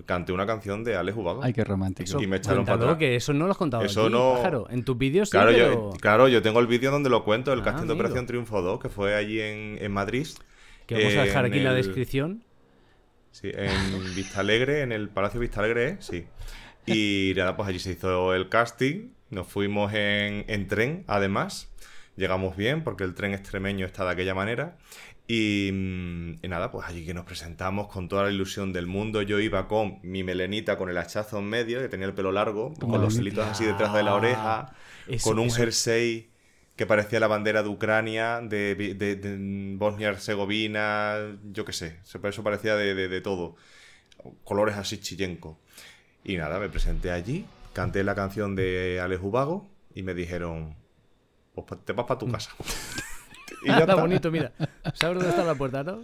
S8: canté una canción de Alex Ubago.
S7: Ay, qué romántico.
S1: Eso,
S8: Y me echaron
S1: cuéntalo,
S8: para atrás.
S1: que eso no lo has contado
S8: Eso
S1: aquí,
S8: no-
S1: pájaro. En tus vídeos sí,
S8: Claro,
S1: pero...
S8: yo, claro, yo tengo el vídeo donde lo cuento, el
S1: Ah,
S8: casting de
S1: amigo.
S8: Operación Triunfo 2, que fue allí en, en Madrid.
S1: Que vamos a
S8: eh,
S1: dejar aquí
S8: en
S1: la
S8: el-
S1: descripción.
S8: Sí, en Vistalegre, en el Palacio Vistalegre, ¿eh? sí. Y nada, pues allí se hizo el casting. Nos fuimos en, en tren, además. Llegamos bien, porque el tren extremeño está de aquella manera. Y, mm, y nada, pues allí que nos presentamos con toda la ilusión del mundo. Yo iba con mi melenita, con el hachazo en medio, que tenía el pelo largo,
S7: Como
S8: con
S7: la
S8: los
S7: Biblia.
S8: hilitos así detrás de la oreja,
S1: Ah, Eso-
S8: con un
S1: eso-
S8: jersey que parecía la bandera de Ucrania, de, Vi- de- de Bosnia-Herzegovina, yo qué sé, se- eso parecía de, de- de todo. Colores así chillenco. Y nada, me presenté allí, canté la canción de Alex Ubago y me dijeron, pues pa- te vas para tu casa. y ya
S1: Mm. Ah, Está
S8: está.
S1: bonito, mira. ¿Sabes dónde está la puerta, no?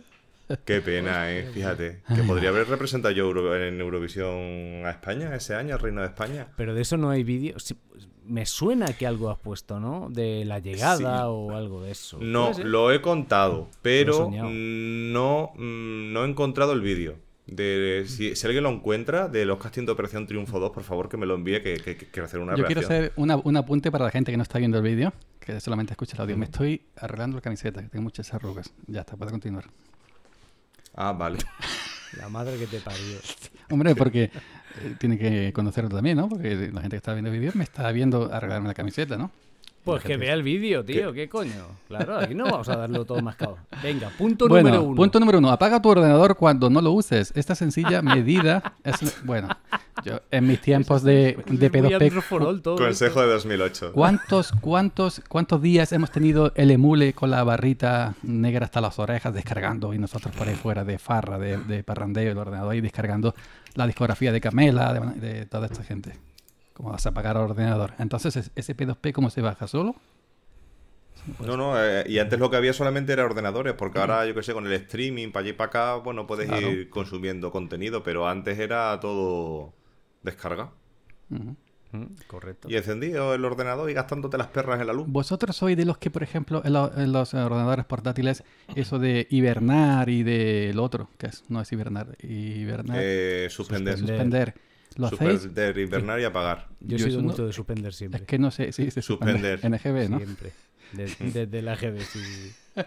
S8: Qué pena, eh, fíjate. Que podría haber representado yo Euro- en Eurovisión a España ese año, al Reino de España.
S1: Pero de eso no hay vídeo. Sí, pues, me suena que algo has puesto, ¿no? De la llegada
S8: Sí.
S1: o algo de eso.
S8: No,
S7: Ah,
S1: Puede ser.
S8: lo he contado,
S1: Lo he
S8: pero
S1: soñado.
S8: mm, no, mm, no he encontrado el vídeo. De, si, si alguien lo encuentra, de los castings de Operación Triunfo 2, por favor, que me lo envíe, que, que- que quiero hacer una
S7: Yo quiero
S8: reacción.
S7: hacer una- un apunte para la gente que no está viendo el vídeo, que solamente escucha el audio. Me estoy arreglando la camiseta, que tengo muchas arrugas. Ya está, puedo continuar.
S8: Ah, vale.
S1: La madre que te parió.
S7: Hombre, porque eh, tiene que conocerlo también, ¿no? Porque la gente que está viendo el vídeo me está viendo arreglarme la camiseta, ¿no?
S1: Pues que vea el vídeo, tío. ¿Qué coño? Claro, aquí no vamos a darlo todo mascado. Venga, punto
S7: bueno,
S1: número uno.
S7: punto número uno. Apaga tu ordenador cuando no lo uses. Esta sencilla medida es... Bueno, yo en mis tiempos de, de
S1: Muy
S7: P2P...
S1: Andrew Forol todo
S8: Consejo de 2008.
S7: ¿Cuántos, cuántos, ¿Cuántos días hemos tenido el emule con la barrita negra hasta las orejas descargando y nosotros por ahí fuera de farra, de, de parrandeo, el ordenador ahí descargando la discografía de Camela, de, de toda esta gente? ¿Cómo vas a apagar el ordenador? Entonces, ¿es- ¿ese P2P cómo se baja? ¿Solo?
S8: No, no, eh, y antes lo que había solamente era ordenadores, porque ahora, yo qué sé, con el streaming, para allá y para acá, bueno, puedes
S7: Claro.
S8: ir consumiendo contenido, pero antes era todo descarga.
S7: Ujú.
S1: Mm, Correcto.
S8: Y encendido el ordenador y gastándote las perras en la luz.
S7: ¿Vosotros sois de los que, por ejemplo, en, lo- en los ordenadores portátiles, eso de hibernar y del otro, que es, no es hibernar, hibernar,
S8: Eh, suspender.
S1: Suspender.
S7: suspender? ¿Lo hacéis?
S8: Suspender, hibernar y apagar.
S1: Yo he
S7: Yo
S1: sido
S7: eso no-
S1: mucho de suspender siempre.
S7: Es que no sé, sí, se
S8: Suspender.
S7: En EGB, ¿no?
S1: Siempre. De- Desde la GB, sí. sí, sí.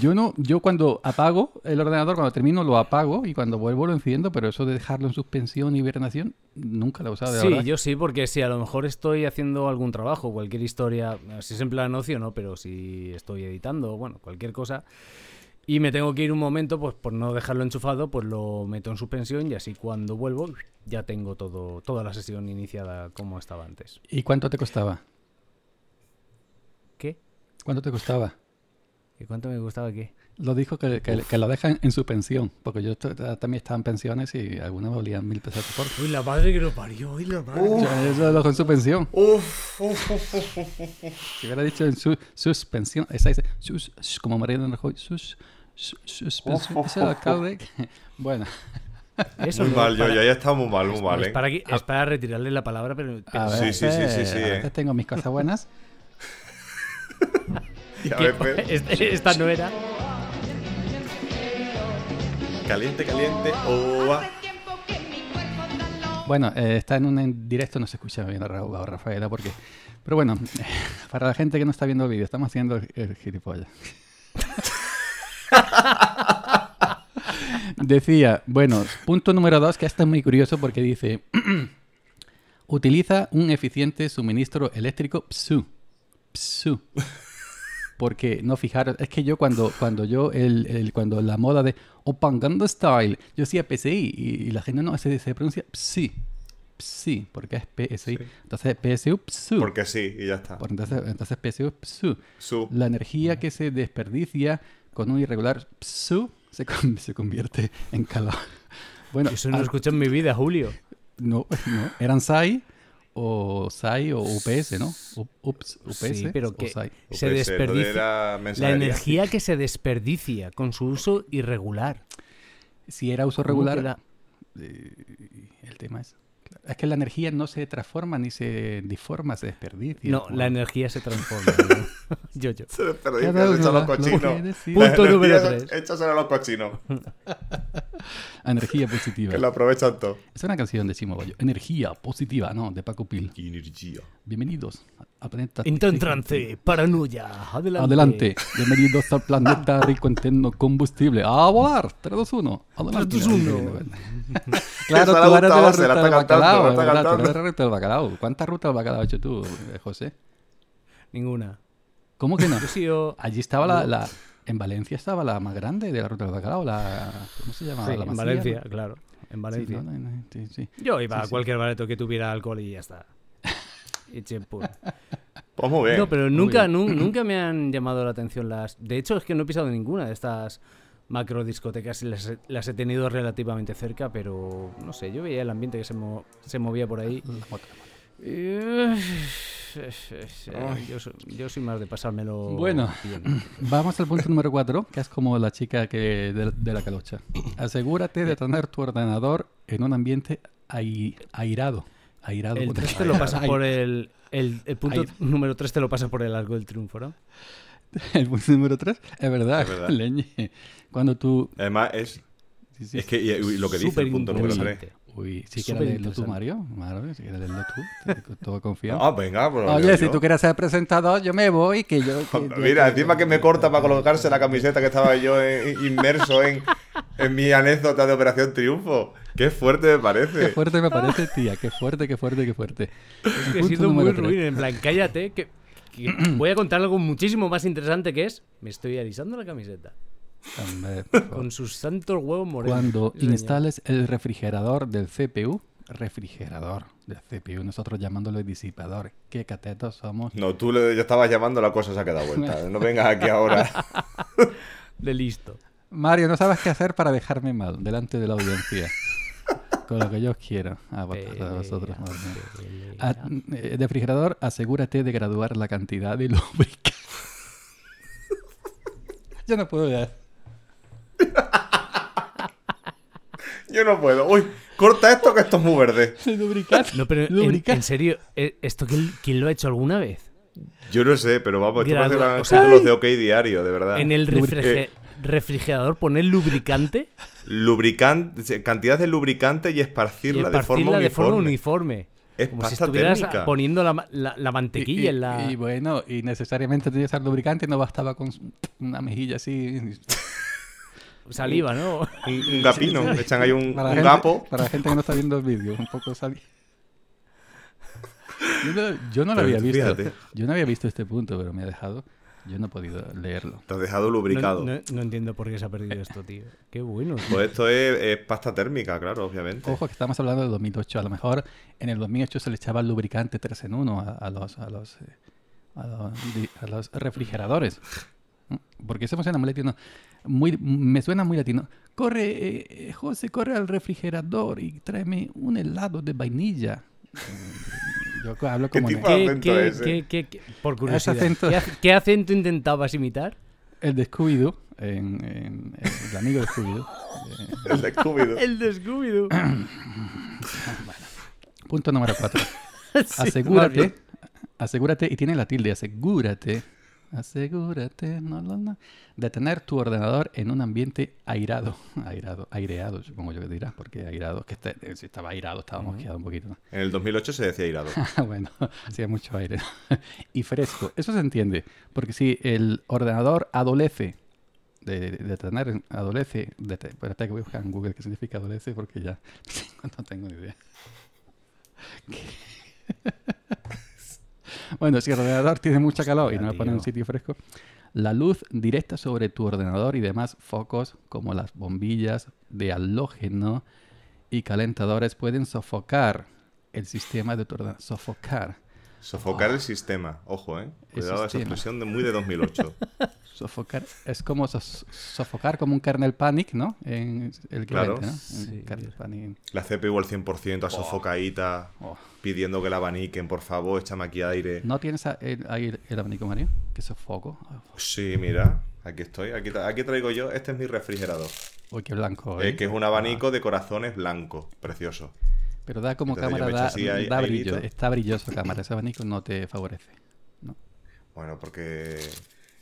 S7: Yo no, yo cuando apago el ordenador, cuando termino lo apago y cuando vuelvo lo enciendo, pero eso de dejarlo en suspensión y hibernación, nunca lo he usado de
S1: Sí,
S7: verdad.
S1: yo sí, porque si a lo mejor estoy haciendo algún trabajo, cualquier historia, si es en plan ocio, no, pero si estoy editando, bueno, cualquier cosa, y me tengo que ir un momento, pues por no dejarlo enchufado, pues lo meto en suspensión y así cuando vuelvo ya tengo todo, toda la sesión iniciada como estaba antes.
S7: ¿Y cuánto te costaba?
S1: ¿Qué?
S7: ¿Cuánto te costaba?
S1: ¿Y cuánto me gustaba qué?
S7: Lo dijo que, que- que lo dejan en suspensión, porque yo t- t- también estaba en pensiones y algunas valían mil pesos por.
S1: Uy, la madre que lo parió, uy, la madre.
S7: Yo eso lo dejo en suspensión. Si hubiera dicho en su- suspensión, esa dice, sus, sus- como Mariano Rajoy, sus, sus- suspensión. Ese alcalde que- Bueno,
S1: Eso
S8: Muy
S1: no,
S8: mal, yo,
S1: para-
S8: yo ya está muy mal, muy mal,
S1: es
S8: ¿eh?
S1: para, aquí- es para retirarle la palabra, pero...
S7: a
S1: pero-
S8: Sí, sí, sí, sí, sí,
S7: veces- a
S8: eh.
S7: veces tengo mis cosas buenas.
S8: Y a pues.
S1: ¿qué?
S8: veces,
S1: Este- esta no era...
S8: caliente, caliente, oh, ah.
S7: Bueno, eh, está en un en directo, no se escucha bien a Ra- a Rafaela porque... Pero bueno, para la gente que no está viendo el vídeo, estamos haciendo el, el gilipollas. Decía, bueno, punto número dos, que este es muy curioso porque dice... Utiliza un eficiente suministro eléctrico PSU. PSU. Porque no fijaros, es que yo cuando, cuando yo, el, el- cuando la moda de Opangando Style, yo decía PSI y, y la gente no se, se pronuncia PSI. PSI, porque es PSI.
S8: Sí.
S7: Entonces PSU, PSU.
S8: Porque sí, y ya está.
S7: Por entonces, entonces PSU, PSU.
S8: Su.
S7: La energía que se desperdicia con un irregular PSU se, con- se convierte en calor. Bueno,
S1: Eso no lo
S7: al-
S1: escuché en mi vida, Julio.
S7: no, no, eran SAI o SAI o UPS, ¿no? U- ups, UPS
S1: sí, pero
S7: o
S1: que
S7: SAI.
S1: se
S8: UPS, lo de
S1: desperdicia.
S8: la
S1: La
S8: mensajería.
S1: energía que se desperdicia con su uso irregular.
S7: Si era uso
S1: ¿Cómo
S7: regular,
S1: que la-
S7: eh, el tema es... Es que la energía no se transforma ni se disforma, se desperdicia.
S1: No, la energía se transforma. ¿no? yo, yo.
S8: Se desperdicia,
S7: Cada
S8: se
S7: uno
S8: echa
S7: lo-
S8: a los
S7: lo puede
S8: cochinos.
S7: decir.
S1: Punto
S8: La
S1: número
S8: energía
S1: tres.
S8: Échasela a los cochinos,
S7: Energía
S8: que lo
S7: positiva.
S8: aprovechan todo.
S7: Es una canción de Chimoboyo. Energía positiva, no, de Paco Pil.
S8: Energía.
S7: Bienvenidos al planeta...
S1: Entra en trance, paranoia. Adelante.
S7: Adelante. Bienvenidos al planeta rico en tecno- combustible. ¡A volar! 3, 2, 1. Adelante.
S1: 3, 2, 1.
S7: claro,
S8: Esa la
S7: tú eres de
S8: gustaba,
S7: la
S8: se la
S7: ruta
S8: está
S7: del
S8: cantando,
S7: bacalao.
S8: la está
S7: ¿verdad? Tú eres
S8: cantando.
S7: de la ruta del bacalao. ¿Cuántas rutas del bacalao has hecho tú, eh, José?
S1: Ninguna.
S7: ¿Cómo que no?
S1: Yo he sido.
S7: Allí estaba la, la- En Valencia estaba la más grande de la ruta del bacalao. La, ¿Cómo se llama?
S1: Sí,
S7: la
S1: en
S7: Masía,
S1: Valencia,
S7: ¿no?
S1: claro. En
S7: Sí,
S1: Valencia.
S7: no, no, no, sí, sí.
S1: Yo iba
S7: Sí,
S1: a
S7: sí.
S1: cualquier bareto que tuviera alcohol y ya está. Y chimpún.
S8: Pues muy bien.
S1: No, pero nunca, nun- nunca me han llamado la atención las. De hecho, es que no he pisado ninguna de estas macro discotecas. Las, he- las he tenido relativamente cerca, pero no sé, yo veía el ambiente que se, mo- se movía por ahí.
S8: Mm.
S7: La moto.
S1: Eh, Yo, so- yo soy más de pasármelo.
S7: Bueno.
S1: bien.
S7: Vamos al punto número 4, que es como la chica que de, de la calocha. Asegúrate de tener tu ordenador en un ambiente ai- airado. Airado.
S1: El
S7: puta.
S1: 3 te lo pasas
S7: Ai-
S1: por el. El, el punto
S7: Ahí.
S1: número 3 te lo pasas por el arco del triunfo, ¿no?
S7: El punto número 3, es verdad,
S8: Es verdad.
S7: Leñe. Cuando tú...
S8: Además, es,
S7: sí, sí,
S8: es que y- y lo que dice el punto número 3.
S1: Superinteresante.
S7: Uy, si quieres
S1: Súper
S7: leerlo tú,
S1: interesante.
S7: Mario. Mario, si quieres leerlo tú. te- Todo confiado.
S8: Ah, venga, pues lo leo
S7: Oye, si
S8: yo.
S7: tú quieres ser presentador, yo me voy, que yo... que-
S8: Mira, encima que me corta para colocarse la camiseta que estaba yo en- inmerso en, en mi anécdota de Operación Triunfo. Qué fuerte me
S7: Qué
S8: parece.
S7: fuerte me parece, tía. Qué fuerte, qué fuerte, qué fuerte. El
S1: Que
S7: punto
S1: siendo muy
S7: número tres.
S1: ruin, en plan, cállate, que, que voy a contar algo muchísimo más interesante que es, me estoy alisando la camiseta.
S7: Hombre, por favor.
S1: Con sus santos huevos morenos.
S7: Cuando
S1: Sí, señor.
S7: instales el refrigerador del CPU, refrigerador del CPU, nosotros llamándolo disipador, qué catetos somos.
S8: No, tú le, ya estabas llamando, la cosa se ha quedado vuelta. No vengas aquí ahora.
S1: De listo.
S7: Mario, no sabes qué hacer para dejarme mal delante de la audiencia. Con lo que yo os quiero. Ah, vos- a vosotros, madre mía. Ah, eh, refrigerador, asegúrate de graduar la cantidad de lubricante. yo no puedo ya.
S8: Yo no puedo. Uy, corta esto que esto es muy verde.
S7: El lubricante.
S1: No, pero en,
S7: lubricante.
S1: en serio, ¿eh, ¿esto quién, quién lo ha hecho alguna vez?
S8: Yo no sé, pero vamos, esto
S1: Gradu-
S8: parece
S1: o
S8: un
S1: sea-
S8: título de OK diario, de verdad.
S1: ¿En el
S7: Lubri-
S1: refrige-
S8: Ah, eh.
S1: refrigerador poner lubricante
S8: Lubricante, cantidad de lubricante y
S1: y
S8: esparcirla,
S1: esparcirla
S8: de forma
S1: de forma
S8: uniforme.
S1: uniforme?
S8: Es
S1: como si
S8: pasta
S1: estuvieras
S8: térmica.
S1: poniendo la, ma- la- la mantequilla
S7: y,
S1: en la...
S7: y bueno, y necesariamente tenía que ser lubricante, no bastaba con s- una mejilla así.
S1: saliva, ¿no?
S8: Un, un gapino, le echan ahí un,
S7: Para,
S8: un
S7: la gente,
S8: gapo.
S7: para la gente que no está viendo el vídeo, un poco sali... Yo no, yo no lo
S8: Pero
S7: había visto.
S8: fíjate.
S7: Yo no había visto este punto, pero me ha dejado. Yo no he podido leerlo.
S8: Te has dejado lubricado.
S1: No, no- no entiendo por qué se ha perdido esto, tío. Qué bueno. tío.
S8: Pues esto es, es pasta térmica, claro, obviamente.
S7: Ojo que estamos hablando del 2008. A lo mejor en el 2008 se le echaba lubricante 3 en 1 a, a los, a, los, eh, a, los, di- a los refrigeradores. Porque eso me suena muy latino. Muy, me suena muy latino. Corre, eh, eh, José, corre al refrigerador y tráeme un helado de vainilla. Mm, Yo co- hablo
S8: ¿Qué
S7: como... de-
S8: tipo?
S1: ¿Qué,
S8: acento
S1: qué-
S8: ese.
S1: qué- qué- qué- por curiosidad,
S7: acento.
S1: ¿qué, ac- qué acento intentabas imitar?
S7: El de Scooby-Doo, en- en- en- el amigo de Scooby-Doo. eh,
S8: El de Scooby-Doo.
S1: El de Scooby-Doo.
S7: Punto número 4.
S1: Sí, más
S7: Asegúrate,
S1: bien.
S7: asegúrate, y tiene la tilde, asegúrate, asegúrate, no, no, no, de tener tu ordenador en un ambiente airado, airado, aireado, supongo yo que dirás, porque airado, que este- eh, si estaba airado, estaba mosqueado un poquito. ¿no?
S8: En el 2008 se decía irado.
S7: Ah, bueno, hacía mucho aire. y fresco, eso se entiende, porque si el ordenador adolece, de, de tener, adolece, de, te- espérate que voy a buscar en Google qué significa adolece, porque ya no tengo ni idea. Bueno, si el ordenador tiene mucha calor y no
S1: Hostia,
S7: lo pone en un
S1: tío.
S7: sitio fresco, La luz directa sobre tu ordenador y demás focos como las bombillas de halógeno y calentadores pueden sofocar el sistema de tu ordenador. Sofocar.
S8: Sofocar el sistema, ojo, ¿eh? Cuidado esa
S7: sistema.
S8: expresión de muy de 2008.
S7: Sofocar es como sos- sofocar como un kernel panic, ¿no? En el que
S8: Claro.
S7: vende, ¿no? Un
S1: Sí.
S7: kernel panic.
S8: La CPU al 100%, a sofocadita,
S7: Oh.
S8: pidiendo que la abaniquen, por favor, échame aquí aire.
S7: ¿No tienes a- el- ahí el, el abanico, Mario? Que sofoco. Oh,
S8: Sí, mira, aquí estoy, aquí, tra- aquí traigo yo, este es mi refrigerador,
S7: Uy, qué blanco.
S8: eh,
S7: ¿eh?
S8: que es un abanico de corazones blanco, precioso.
S7: Pero da como
S8: Entonces yo
S7: cámara,
S8: me echo
S7: da,
S8: así ahí-
S7: da
S8: ahí
S7: brillo.
S8: grito.
S7: Está brilloso cámara. Ese abanico no te favorece. ¿no?
S8: Bueno, porque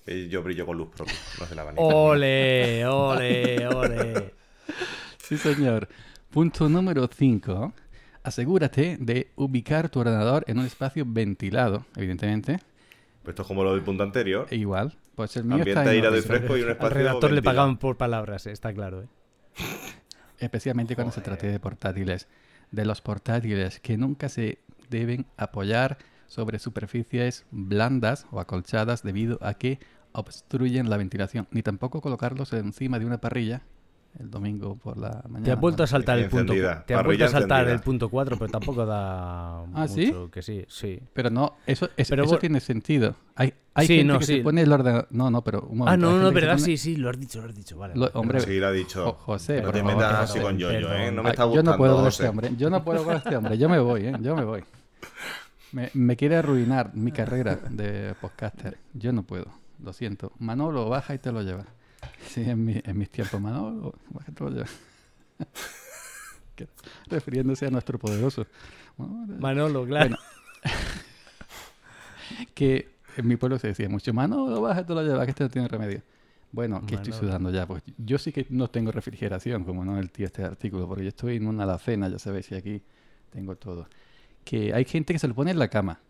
S8: eh, yo brillo con luz propia, no es del abanico.
S1: Ole, ole, ole.
S7: Sí, señor. Punto número 5. Asegúrate de ubicar tu ordenador en un espacio ventilado, evidentemente.
S8: Pues Esto es como lo del punto anterior.
S7: E igual. Pues el mío está
S8: Ambiente
S7: en
S8: aire de
S7: otro-
S8: fresco y un espacio
S1: Al redactor le
S8: ventilado.
S1: pagaban por palabras, eh, está claro. ¿eh?
S7: Especialmente cuando se trate de portátiles. De los portátiles que nunca se deben apoyar sobre superficies blandas o acolchadas debido a que obstruyen la ventilación. Ni tampoco colocarlos encima de una parrilla el domingo por la mañana.
S1: Te has vuelto
S7: ¿no?
S1: a saltar el punto.
S8: Encendida,
S1: Te has vuelto
S8: parrilla
S1: a saltar
S8: encendida.
S1: el punto 4, pero tampoco da mucho
S7: ¿Ah, ¿sí?
S1: que sí, sí.
S7: Pero no, eso, es-
S1: Pero
S7: eso
S1: por-
S7: tiene sentido. Hay, hay
S1: Sí,
S7: gente
S1: no,
S7: que
S1: sí.
S7: se pone el ordenador. No, no, pero un momento.
S1: Ah,
S7: hay
S1: no,
S7: gente
S1: no,
S7: que se
S1: verdad,
S7: pone-
S1: sí, sí, lo has dicho, lo has dicho, vale.
S7: Lo- hombre,
S8: Sí, lo ha dicho.
S7: Jo- José,
S8: no
S7: por
S8: te
S7: favor,
S8: metas
S7: por
S8: así
S7: favor.
S8: con yo, yo, ¿eh? No me
S7: Ay,
S8: está
S7: yo
S8: gustando,
S7: no puedo con
S8: José.
S7: este hombre. Yo no puedo con este hombre. Yo me voy, ¿eh? Yo me voy. Me, me quiere arruinar mi carrera de podcaster. Yo no puedo. Lo siento. Manolo, baja y te lo lleva. Sí, en, mi- en mis tiempos. Manolo, baja y te lo lleva. Que- Refiriéndose a nuestro poderoso. Manolo,
S1: Manolo, claro.
S7: Bueno, que en mi pueblo se decía mucho, Manolo, baja, tú lo llevas, que este no tiene remedio. Bueno, que estoy
S1: Manolo.
S7: sudando ya, pues yo sí que no tengo refrigeración, como no el tío este artículo, porque yo estoy en una alacena, ya sabéis, y aquí tengo todo. Que hay gente que se lo pone en la cama.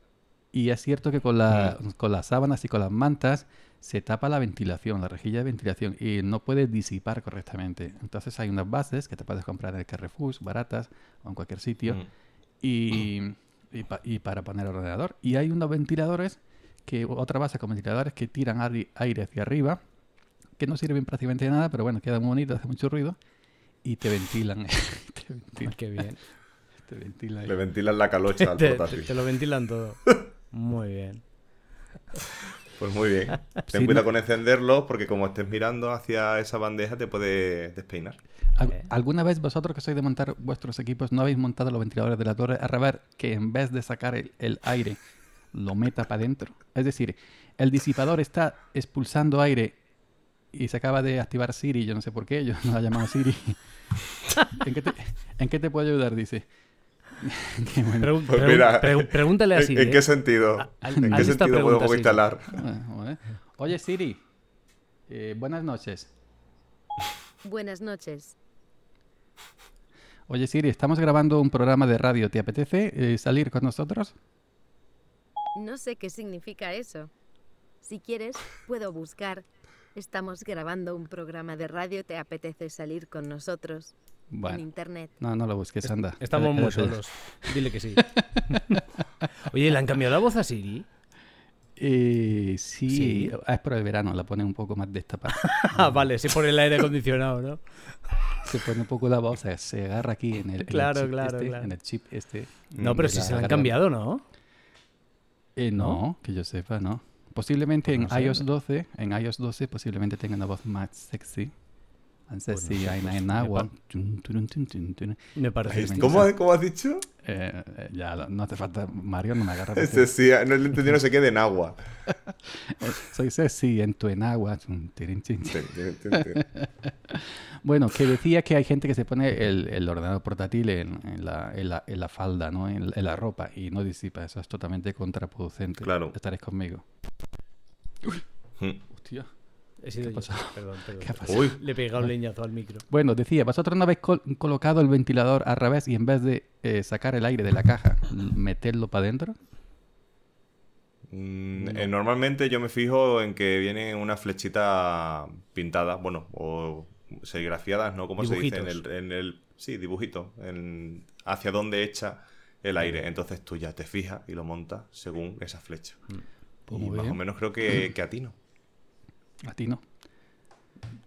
S7: Y es cierto que con, la- con las sábanas y con las mantas se tapa la ventilación, la rejilla de ventilación, y no puede disipar correctamente. Entonces hay unas bases que te puedes comprar en el Carrefour, baratas, o en cualquier sitio,
S8: Mm.
S7: y, y pa- y para poner el ordenador. Y hay unos ventiladores, que otra base con ventiladores que tiran ari- aire hacia arriba, que no sirven prácticamente de nada, pero bueno, queda muy bonito, hace mucho ruido, y te ventilan. te ventilan,
S1: Qué bien.
S7: te ventilan.
S8: Le ventilan la calocha al
S1: Te, te-
S8: portátil.
S1: te lo ventilan todo. Muy bien.
S8: Pues muy bien. Ten
S7: Sí,
S8: cuidado
S7: no-
S8: con encenderlos porque como estés mirando hacia esa bandeja te puede despeinar.
S7: ¿Al- ¿Alguna vez vosotros que sois de montar vuestros equipos no habéis montado los ventiladores de la torre a revés que en vez de sacar el, el aire lo meta para adentro? Es decir, el disipador está expulsando aire y se acaba de activar Siri, yo no sé por qué, yo no la he llamado Siri. ¿En qué te, en qué te puedo ayudar? Dice. Qué bueno.
S1: Pregun-
S8: Pues
S1: pregun-
S8: mira,
S1: pregun- pregúntale
S8: ¿En,
S1: así. ¿eh?
S8: en qué sentido?
S1: al-
S8: ¿En
S1: haz
S8: qué
S1: esta
S8: sentido
S1: pregunta,
S8: podemos
S1: Siri.
S8: instalar?
S7: Ah, joder. Oye Siri, eh, buenas noches.
S9: Buenas noches.
S7: Oye Siri, estamos grabando un programa de radio. ¿Te apetece eh, salir con nosotros?
S9: No sé qué significa eso. Si quieres, puedo buscar. Estamos grabando un programa de radio. ¿Te apetece salir con nosotros? En
S7: Bueno.
S9: internet.
S7: No, no lo busques, anda.
S1: Estamos
S7: Quédate-
S1: muy
S7: quédate.
S1: solos. Dile que sí. Oye, ¿le han cambiado la voz a Siri?
S7: Eh, sí,
S1: Sí.
S7: ah, es por el verano, la pone un poco más destapada.
S1: Ah, vale, sí por el aire acondicionado, ¿no?
S7: se pone un poco la voz, se- se agarra aquí en el, en el
S1: Claro,
S7: chip
S1: claro,
S7: este,
S1: claro.
S7: en el chip este.
S1: No, pero
S7: de
S1: si
S7: la
S1: se la han
S7: garganta.
S1: cambiado, ¿no?
S7: Eh, no, que yo sepa, no. Posiblemente
S1: Pues
S7: en iOS 12, en iOS 12 posiblemente tenga una voz más sexy. And sexy,
S1: pues,
S7: I'm in agua. Tun, turun, tun, tun, turun.
S1: Me parece.
S7: Ahí
S8: ¿Cómo, cómo has dicho?
S7: Eh, eh, ya, lo- no hace falta, Mario, no me agarra. porque
S8: Ese sí, no le entendí no sé qué de Nahua.
S7: Soy sexy en tu enagua. Tun, tirin, tin, tin.
S8: Ten, ten, ten, ten.
S7: Bueno, que decía que hay gente que se pone el, el ordenador portátil en, en la, en la- en la falda, ¿no? En, en la ropa y no disipa. Eso es totalmente contraproducente.
S8: Claro.
S7: Estaréis conmigo.
S8: Mm.
S7: Hostia.
S1: He sido yo.
S7: pasado?
S1: Perdón, perdón.
S7: ¿Qué ha pasado?
S8: Uy,
S1: Le he pegado un leñazo al micro.
S7: Bueno, decía, vosotros no habéis col- colocado el ventilador al revés y en vez de eh, sacar el aire de la caja, l- meterlo para adentro.
S8: Mm, eh, normalmente yo me fijo en que viene una flechita pintada, bueno, o serigrafiadas, ¿no? Como se dice
S1: Dibujitos.
S8: en el, en el- Sí, dibujito. en- hacia dónde echa el aire. Entonces tú ya te fijas y lo montas según esa flecha.
S7: Pues
S8: y
S7: muy
S8: más o
S7: bien.
S8: menos creo que, que atino.
S7: A ti no.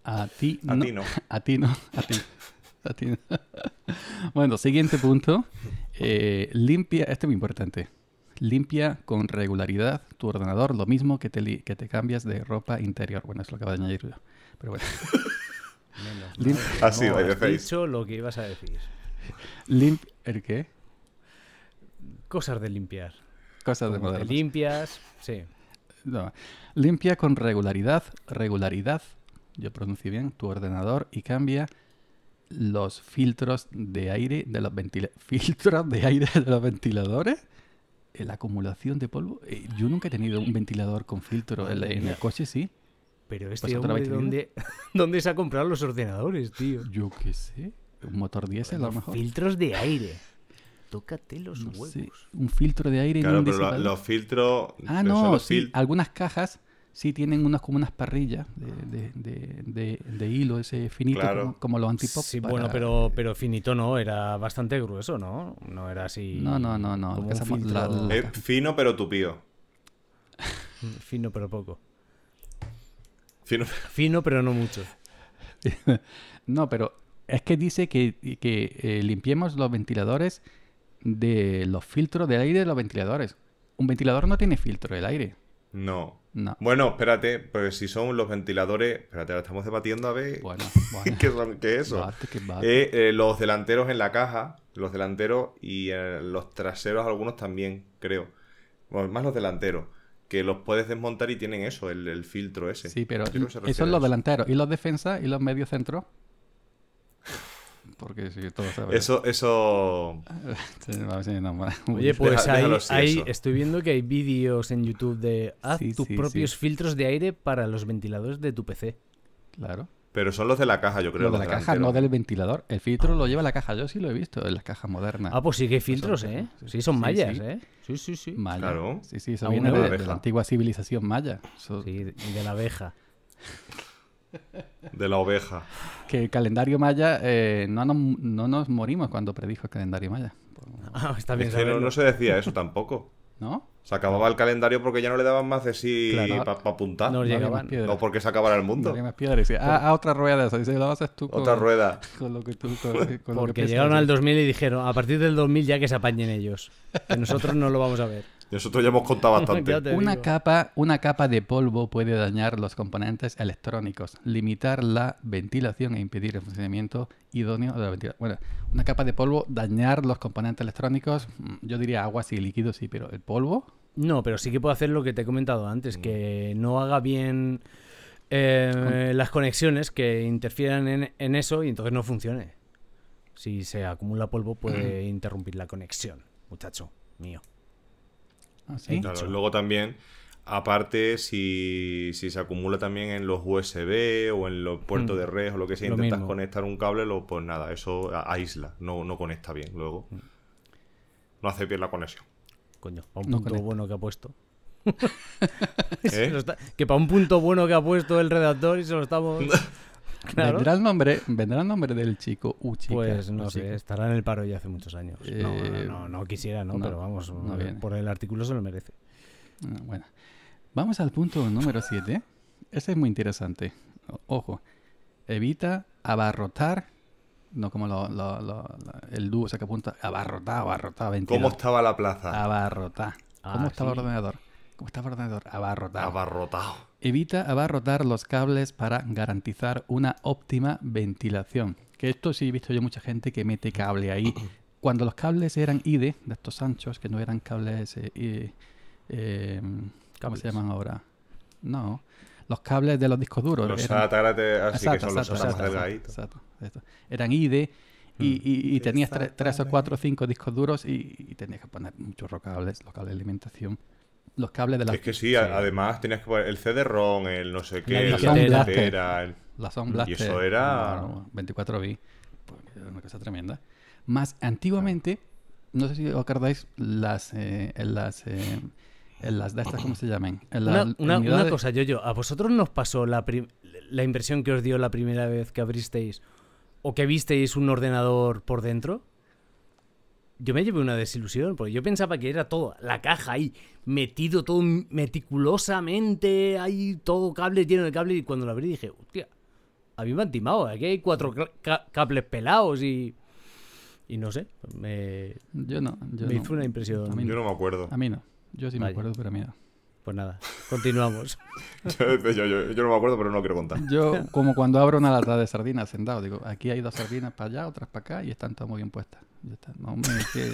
S7: A ti
S8: A
S7: no.
S8: ti no.
S7: A ti no. A ti. A ti no. bueno, siguiente punto. Eh, limpia, este es muy importante. Limpia con regularidad tu ordenador, lo mismo que te, li- que te cambias de ropa interior. Bueno, eso lo acabo de añadir yo. Pero bueno.
S1: Menos
S7: Lim-
S1: mal.
S8: Ha sido
S1: No
S8: by the
S1: has
S8: face.
S1: dicho lo que ibas a decir.
S7: Limp ¿El qué?
S1: Cosas de limpiar.
S7: Cosas de
S1: Como de
S7: modernos.
S1: limpias, sí.
S7: No. Limpia con regularidad, regularidad, yo pronuncio bien, tu ordenador y cambia los filtros de aire de los ventiladores. ¿Filtros de aire de los ventiladores? Eh, La acumulación de polvo. Eh, Yo nunca he tenido un ventilador con filtro. El- En el coche sí.
S1: Pero
S7: Pues
S1: este
S7: otra
S1: hombre,
S7: vez te
S1: ¿dónde, ¿dónde se ha comprado los ordenadores, tío?
S7: Yo qué sé. Un motor diésel a lo mejor.
S1: Filtros de aire. Tócate los
S7: No
S1: huevos.
S7: sé. Un filtro de aire en
S8: Claro,
S7: un
S8: pero lo-
S7: disipador.
S8: los filtros.
S7: Ah,
S8: pero son
S7: no,
S8: los
S7: sí.
S8: fil-
S7: Algunas cajas sí tienen unas como unas parrillas de, de- de- de- de hilo ese finito,
S8: Claro.
S7: como, como los antipop.
S1: Sí,
S7: para-
S1: bueno, pero, pero finito no, era bastante grueso, ¿no? No era así.
S7: No, no, no, no,
S1: Como
S7: que
S1: un
S7: esa-
S1: filtro
S7: la- la-
S8: Eh, fino pero tupido.
S1: fino, pero poco.
S8: Fino-
S1: Fino, pero no mucho.
S7: No, pero es que dice que, que, eh, limpiemos los ventiladores de los filtros del aire de los ventiladores. Un ventilador no tiene filtro del aire.
S8: No.
S7: No.
S8: Bueno, espérate, pues si son los ventiladores. Espérate, ahora estamos debatiendo a ver.
S7: Bueno, bueno.
S8: ¿Qué, son- qué es eso?
S7: Bate, que bate.
S8: Eh, eh, los delanteros en la caja, los delanteros y eh, los traseros algunos también, creo. Bueno, más los delanteros, que los puedes desmontar y tienen eso, el, el filtro ese.
S7: Sí, pero
S8: Yo creo que se refiere
S7: esos
S8: a
S7: son los delanteros y los defensas y los medios centros. Porque sí, todos sabemos.
S8: Eso, eso...
S7: Sí, va a ser normal.
S1: Oye, pues
S8: Deja-
S1: ahí-
S8: déjalo así,
S1: ahí
S8: eso.
S1: estoy viendo que hay vídeos en YouTube de haz
S7: Sí,
S1: tus
S7: sí,
S1: propios
S7: sí.
S1: filtros de aire para los ventiladores de tu PC.
S7: Claro.
S8: Pero son los de la caja, yo creo.
S7: Lo de la
S8: los
S7: caja, no
S8: delanteros.
S7: del ventilador. El filtro lo lleva la caja. Yo sí lo he visto en las cajas modernas.
S1: Ah, pues sí que hay filtros,
S7: son-
S1: ¿eh?
S7: sí,
S1: Sí, son
S7: sí,
S1: mallas,
S7: sí.
S1: ¿eh? Sí, sí, sí.
S7: Maya.
S8: Claro.
S7: Sí, sí, eso
S1: Aún
S7: viene
S1: no
S7: de,
S1: lo
S7: de
S8: deja.
S7: la antigua civilización maya. Eso-
S1: Sí, de- de la abeja.
S8: De la oveja.
S7: Que el calendario maya, eh, no, nos, no nos morimos cuando predijo el calendario maya. Por-
S1: Ah, está bien
S8: Es que no,
S1: saberlo.
S8: no se decía eso tampoco.
S7: ¿No?
S8: Se acababa el calendario porque ya no le daban más de sí
S7: Claro.
S8: para apuntar.
S1: No
S7: No había
S1: llegaban.
S7: más piedra.
S8: o porque se acabara el
S7: No
S8: mundo.
S7: había más piedra. Y decía, ah, ah, otra rueda. Eso dice, lo haces tú con,
S8: Otra rueda.
S7: con lo que tú... Con, con lo que
S1: Porque
S7: piensas.
S1: llegaron al 2000 y dijeron, a partir del 2000 ya que se apañen ellos. Que nosotros no lo vamos a ver.
S8: Nosotros ya hemos contado bastante.
S1: Ya te
S7: Una
S1: digo.
S7: capa, una capa de polvo puede dañar los componentes electrónicos, limitar la ventilación e impedir el funcionamiento idóneo de la ventilación. Bueno, una capa de polvo, dañar los componentes electrónicos, mm, yo diría agua sí, líquido sí, pero el polvo,
S1: No, pero sí que puedo hacer lo que te he comentado
S7: Mm.
S1: antes, que no haga bien eh, las conexiones que interfieran en, en eso y entonces no funcione. Si se acumula polvo puede
S7: Mm.
S1: interrumpir la conexión, muchacho mío.
S7: ¿ah, sí?
S8: Claro, luego también, aparte, si, si se acumula también en los USB o en los puertos de red o lo que sea,
S1: Lo
S8: intentas
S1: mismo.
S8: conectar un cable, lo, pues nada, eso a- aísla, no, no conecta bien luego. No hace bien la conexión.
S1: Coño, para un
S7: No
S1: punto
S7: conecta.
S1: bueno que ha puesto.
S8: ¿Eh?
S1: Se lo está- que para un punto bueno que ha puesto el redactor y se lo estamos... Claro.
S7: ¿Vendrá, el nombre, ¿Vendrá el nombre del chico u chica?
S1: Pues
S7: o
S1: no sé,
S7: chico?
S1: estará en el paro ya hace muchos años. No, no,
S7: Eh,
S1: no, no quisiera, ¿no?
S7: no,
S1: pero vamos, eh,
S7: no viene.
S1: por el artículo se lo merece.
S7: Ah, Bueno, vamos al punto número 7. Ese es muy interesante. O- Ojo, evita abarrotar, no como lo- lo- lo- lo- el dúo sacapunta, abarrotar, abarrotar,
S8: ¿Cómo
S7: ventilador.
S8: estaba la plaza?
S7: Ah, Abarrotar. ¿Cómo
S1: Ah,
S7: estaba
S1: sí.
S7: el ordenador? ¿Cómo estaba el ordenador? Abarrotar.
S8: Abarrotado.
S7: Evita abarrotar los cables para garantizar una óptima ventilación. Que esto sí he visto yo mucha gente que mete cable ahí. Cuando los cables eran IDE, de estos anchos, que no eran cables... eh, eh, eh, ¿Cómo se
S1: Cables.
S7: llaman ahora? No. Los cables de los discos duros.
S8: Los
S7: eran-
S8: SATA, ahora te- así que
S7: Exacto,
S8: son los
S7: exacto,
S8: SATA más
S7: exacto,
S8: delgaditos. Mm.
S7: exacto, exacto. Eran IDE y, y- y tenías tre- tres o cuatro o cinco discos duros y, y tenías que poner muchos cables, los cables de alimentación, los cables de la,
S8: Es que sí, a- además tenías que poner el CD-ROM, el no sé qué,
S1: disquetera.
S8: la
S7: La
S8: disquetera, el-
S7: la Sound
S8: Mm, Y
S7: Blaster.
S8: eso era-
S7: bueno, 24 bits. Pues, era una cosa tremenda. Más antiguamente, no sé si os acordáis, las, eh, en las, eh, en las de estas, ¿cómo se llaman? En las
S1: Una, una- una
S7: unidades-
S1: cosa, yo, yo, ¿a vosotros nos pasó la, prim- la impresión que os dio la primera vez que abristeis o que visteis un ordenador por dentro? yo me llevé una desilusión, porque yo pensaba que era todo, la caja ahí, metido todo meticulosamente, ahí todo cable lleno de cable, y cuando lo abrí dije, hostia, a mí me han timado, aquí hay cuatro cla- ca- cables pelados y... Y no sé, me,
S7: Yo no. Yo
S1: me
S7: no.
S1: hizo una impresión.
S7: A mí
S8: Yo no me acuerdo.
S7: A mí no. Yo sí me
S1: Vaya.
S7: acuerdo, pero a mí no.
S1: Pues nada, continuamos.
S8: Yo, yo- yo- yo no me acuerdo, pero no lo quiero contar.
S7: Yo, como cuando abro una lata de sardinas sentado, digo, aquí hay dos sardinas para allá, otras para acá y están todas muy bien puestas. Ya está. No, hombre, es que-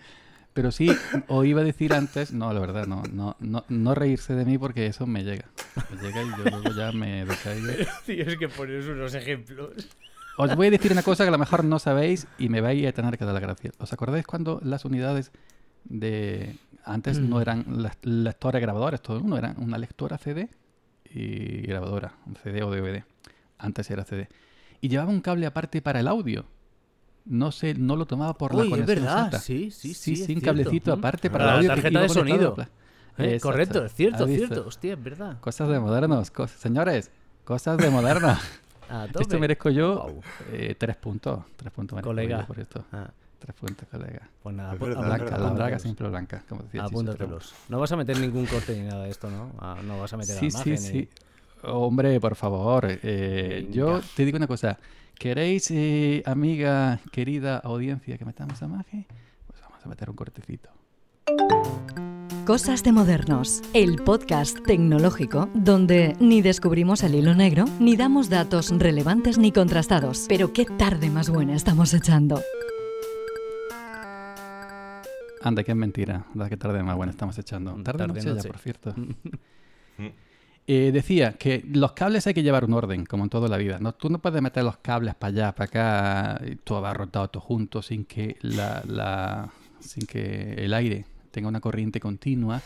S7: Pero sí, o iba a decir antes, no, la verdad, no, no, no, no reírse de mí porque eso me llega. Me llega y yo luego ya me decaigo.
S1: Tío, es que ponéis unos ejemplos.
S7: Os voy a decir una cosa que a lo mejor no sabéis y me vais a tener que dar las gracias. ¿Os acordáis cuando las unidades de... Antes
S1: Mm.
S7: no eran las lectores grabadores, todo uno, eran una lectora CD y grabadora, un CD o DVD. Antes era CD. Y llevaba un cable aparte para el audio. No sé, no lo tomaba por la
S1: Uy, es
S7: conexión
S1: verdad,
S7: Z.
S1: sí, sí, sí, es
S7: sí, un
S1: cierto.
S7: cablecito
S1: Ujú.
S7: aparte para
S1: Para
S7: el
S1: la
S7: audio. que
S1: tarjeta
S7: iba
S1: de
S7: conectado a la
S1: sonido.
S7: pla-
S1: Eh,
S7: Exacto.
S1: correcto, es cierto,
S7: ¿Has
S1: es
S7: visto?
S1: cierto. Hostia, es verdad.
S7: Cosas de modernos, cos- señores, cosas de modernos.
S1: A
S7: Esto
S1: tope.
S7: Este merezco yo
S1: Guau.
S7: eh, tres puntos. Tres puntos merezco
S1: Colega.
S7: yo por esto.
S1: Ah,
S7: Tres puntos, colega.
S1: pues nada,
S8: Es
S1: apu-
S8: verdad, es
S1: apunta-
S7: Blanca,
S8: verdad.
S7: blanca,
S1: apúntatelos.
S7: simple blanca, como decía Chicho Tramo.
S1: Apúntatelos. No vas a meter ningún corte ni nada de esto, ¿no? Ah, no vas a meter
S7: Sí,
S1: la imagen
S7: sí,
S1: ni-
S7: sí. Hombre, por favor. eh, yo te digo una cosa. ¿Queréis, eh, amiga, querida audiencia, que metamos a Maje? Pues vamos a meter un cortecito.
S10: Cosas de Modernos, el podcast tecnológico donde ni descubrimos el hilo negro, ni damos datos relevantes ni contrastados. Pero qué tarde más buena estamos echando.
S7: Anda, que es mentira. La que tarde más bueno estamos echando.
S1: Mm,
S7: Tarde,
S1: tarde
S7: noche, ya,
S1: noche. Mm.
S7: por cierto. Eh, decía que los cables hay que llevar un orden, como en toda la vida. No, tú no puedes meter los cables para allá, para acá, y todo abarrotado, todo junto, sin que, la, la- sin que el aire tenga una corriente continua,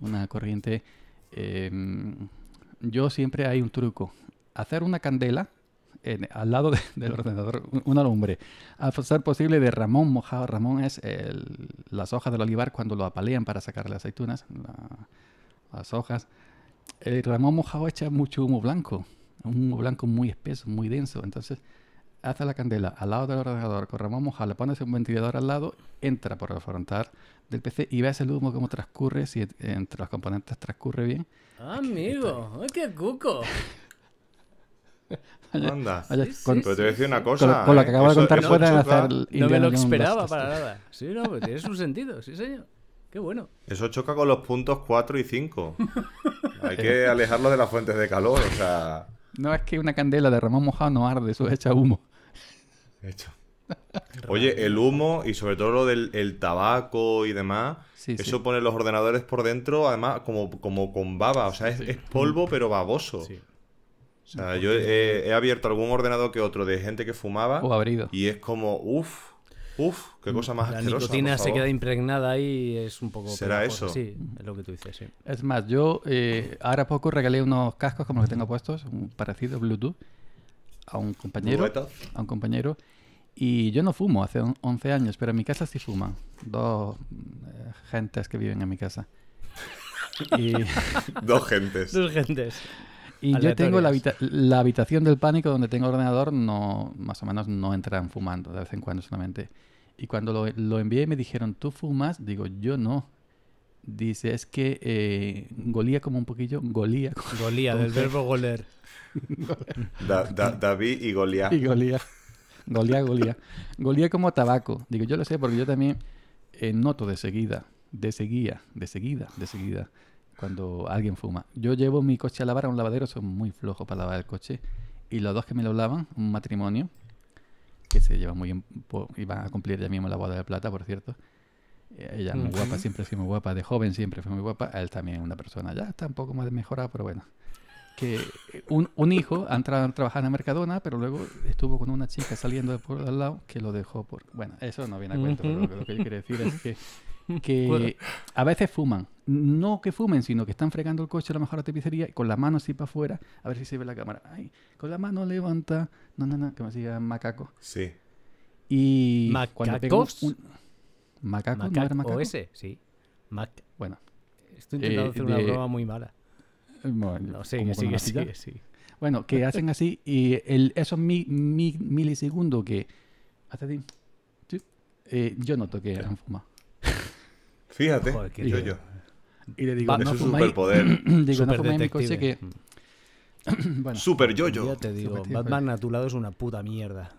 S7: una corriente... eh, yo siempre hay un truco. Hacer una candela en- al lado de- del ordenador, un- una lumbre. A ser posible de Ramón mojado. Ramón es el- las hojas del olivar cuando lo apalean para sacar las aceitunas, la- las hojas. El Ramón mojado echa mucho humo blanco, un humo blanco muy espeso, muy denso. Entonces, hace la candela al lado del ordenador con Ramón mojado, le pones un ventilador al lado, entra por el frontal del PC y ves el humo como transcurre, si en- entre los componentes transcurre bien.
S1: Amigo, ¡ay, qué cuco!
S8: Anda.
S7: Oye, con-
S8: Pero te voy a decir una
S7: con,
S8: cosa.
S7: con lo
S8: ¿eh?
S7: que acabo de
S8: Eso-
S7: contar
S8: eso
S7: pueden
S8: choca-
S7: hacer el
S1: No me
S7: Indiana
S1: lo
S7: Jones
S1: esperaba
S7: dos,
S1: para
S7: tres.
S1: nada. Sí, no, pero tiene su sentido, sí, señor. Qué bueno.
S8: Eso choca con los puntos 4 y 5. Hay que alejarlo de las fuentes de calor, o sea.
S7: No es que una candela de Ramón mojado no arde, eso echa humo.
S8: Hecho. Oye, el humo y sobre todo lo del el tabaco y demás,
S7: Sí, sí.
S8: eso pone los ordenadores por dentro, además, como, como con baba, o sea, es, es polvo pero baboso. O sea, yo he, he abierto algún ordenador que otro de gente que fumaba
S7: O Mm, abrido.
S8: y es como, uff, uff, qué cosa más
S1: La
S8: asquerosa,
S1: nicotina
S8: Ah, por
S1: se
S8: favor.
S1: queda impregnada ahí y es un poco.
S8: ¿Será
S1: pegajosa,
S8: eso?
S1: Sí, es lo que tú dices, sí.
S7: Es más, yo eh, ahora poco regalé unos cascos como los que tengo puestos, un parecido Bluetooth, a un compañero.
S8: Bluetooth.
S7: A un compañero. Y yo no fumo hace on- 11 años, pero en mi casa sí fuman. Dos eh, gentes que viven en mi casa. Y.
S8: Dos gentes.
S1: Dos gentes.
S7: Y yo tengo la,
S1: Aleatorias.
S7: habita- la habitación del pánico donde tengo ordenador, no, más o menos no entran fumando, de vez en cuando solamente. Y cuando lo, lo envié me dijeron, ¿tú fumas? Digo, yo no. Dice, es que eh, golía como un poquillo, golía como-
S1: Golía, del verbo goler.
S8: Da- da- David y Goliat.
S7: y golía, golía, golía. Golía como tabaco. Digo, yo lo sé porque yo también eh, noto de seguida, de seguida, de seguida, de seguida, cuando alguien fuma. Yo llevo mi coche a lavar a un lavadero, soy muy flojo para lavar el coche. Y los dos que me lo lavan, un matrimonio, que se lleva muy bien, po- y van a cumplir ya mismo la boda de plata, por cierto. Eh, Ella muy guapa, siempre ha sido muy guapa, de joven siempre fue muy guapa. Él también una persona, ya está un poco más mejorada, pero bueno. Que eh, un, un hijo ha entrado a trabajar en Mercadona, pero luego estuvo con una chica saliendo de por al lado que lo dejó por... Bueno, eso no viene a cuento, pero lo, que- lo que yo quiero decir es que que a veces fuman. No que fumen, sino que están fregando el coche a lo mejor a la tapicería y con la mano así para afuera, a ver si se ve la cámara. Ay, con la mano levanta. No, no, no, que me sigan macaco.
S8: Sí.
S7: Y cuando pega un-
S1: ¿Macacos?
S7: un- ¿Macaco? ¿No era
S1: Macac
S7: macaco?
S1: OS, sí. Mac.
S7: Bueno,
S1: Estoy intentando
S7: Eh,
S1: hacer una
S7: de-
S1: broma muy mala.
S7: bueno,
S1: No,
S7: como
S1: sigue,
S7: cuando
S1: sigue,
S7: la pilla.
S1: sigue, sigue.
S7: Bueno, que hacen así y el, esos mi, mi- milisegundos que... Hasta ti, tu, eh, yo noto que han fumado.
S8: Fíjate,
S1: Joder, qué
S8: yo,
S1: tío.
S8: yo.
S7: Y le digo,
S8: es
S7: no
S8: un
S7: fumáis...
S8: superpoder.
S7: digo, no fumáis en mi coche
S1: Superdetective.
S7: que... Bueno,
S8: Super yo-yo.
S1: Ya te digo,
S7: Supertitio,
S1: Batman a tu lado es una puta mierda.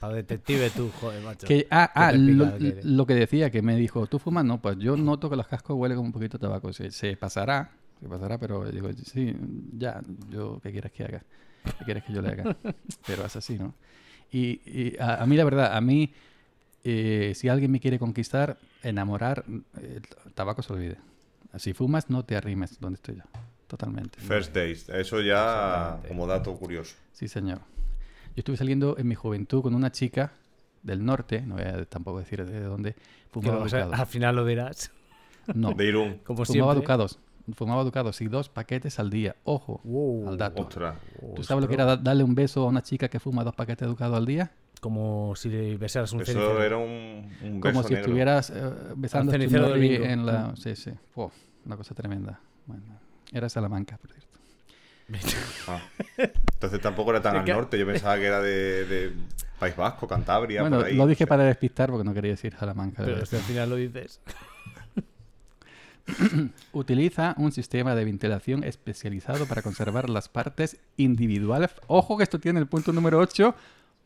S1: Para detective tú, joder, macho.
S7: que, ah, ah,
S1: te
S7: lo,
S1: pica, que-
S7: lo que decía, que me dijo, ¿tú fumas? No, pues yo noto que los cascos huelen como un poquito a tabaco. Se, se pasará, se pasará, pero digo, sí, ya, yo, ¿qué quieres que haga? ¿Qué quieres que yo le haga? pero es así, ¿no? Y, y a, a mí, la verdad, a mí, eh, si alguien me quiere conquistar, enamorar, eh, el tabaco se olvide. Si fumas, no te arrimes donde estoy yo. Totalmente.
S8: First days. Eso ya como dato curioso.
S7: Sí, señor. Yo estuve saliendo en mi juventud con una chica del norte, no voy a tampoco decir de dónde,
S1: que lo
S7: fumaba
S1: vas a- al
S7: ducados.
S1: final lo dirás.
S7: No,
S8: De Irún.
S1: Como
S7: fumaba
S1: siempre. ¿eh?
S7: ducados. Fumaba ducados y dos paquetes al día. Ojo
S1: Wow.
S7: al dato.
S8: Ostras.
S7: ¿Tú sabes lo que era da- darle un beso a una chica que fuma dos paquetes de ducados al día?
S1: Como si le besaras un
S8: Eso
S1: cenicero.
S8: era un, un beso
S7: Como si
S8: negro.
S7: estuvieras eh, besando
S1: Al
S7: tu
S1: cenicero
S7: nariz
S1: del bingo.
S7: en la... Sí, sí. Fue una cosa tremenda. Bueno, era Salamanca, por cierto.
S8: Ah. Entonces tampoco era tan
S1: Es
S8: al
S1: que-
S8: norte. Yo pensaba que era de, de País Vasco, Cantabria.
S7: bueno,
S8: por ahí,
S7: lo dije
S8: o sea.
S7: para despistar porque no quería decir Salamanca. de
S1: Pero
S7: verdad.
S1: si al final lo dices.
S7: Utiliza un sistema de ventilación especializado para conservar las partes individuales. Ojo que esto tiene el punto número 8.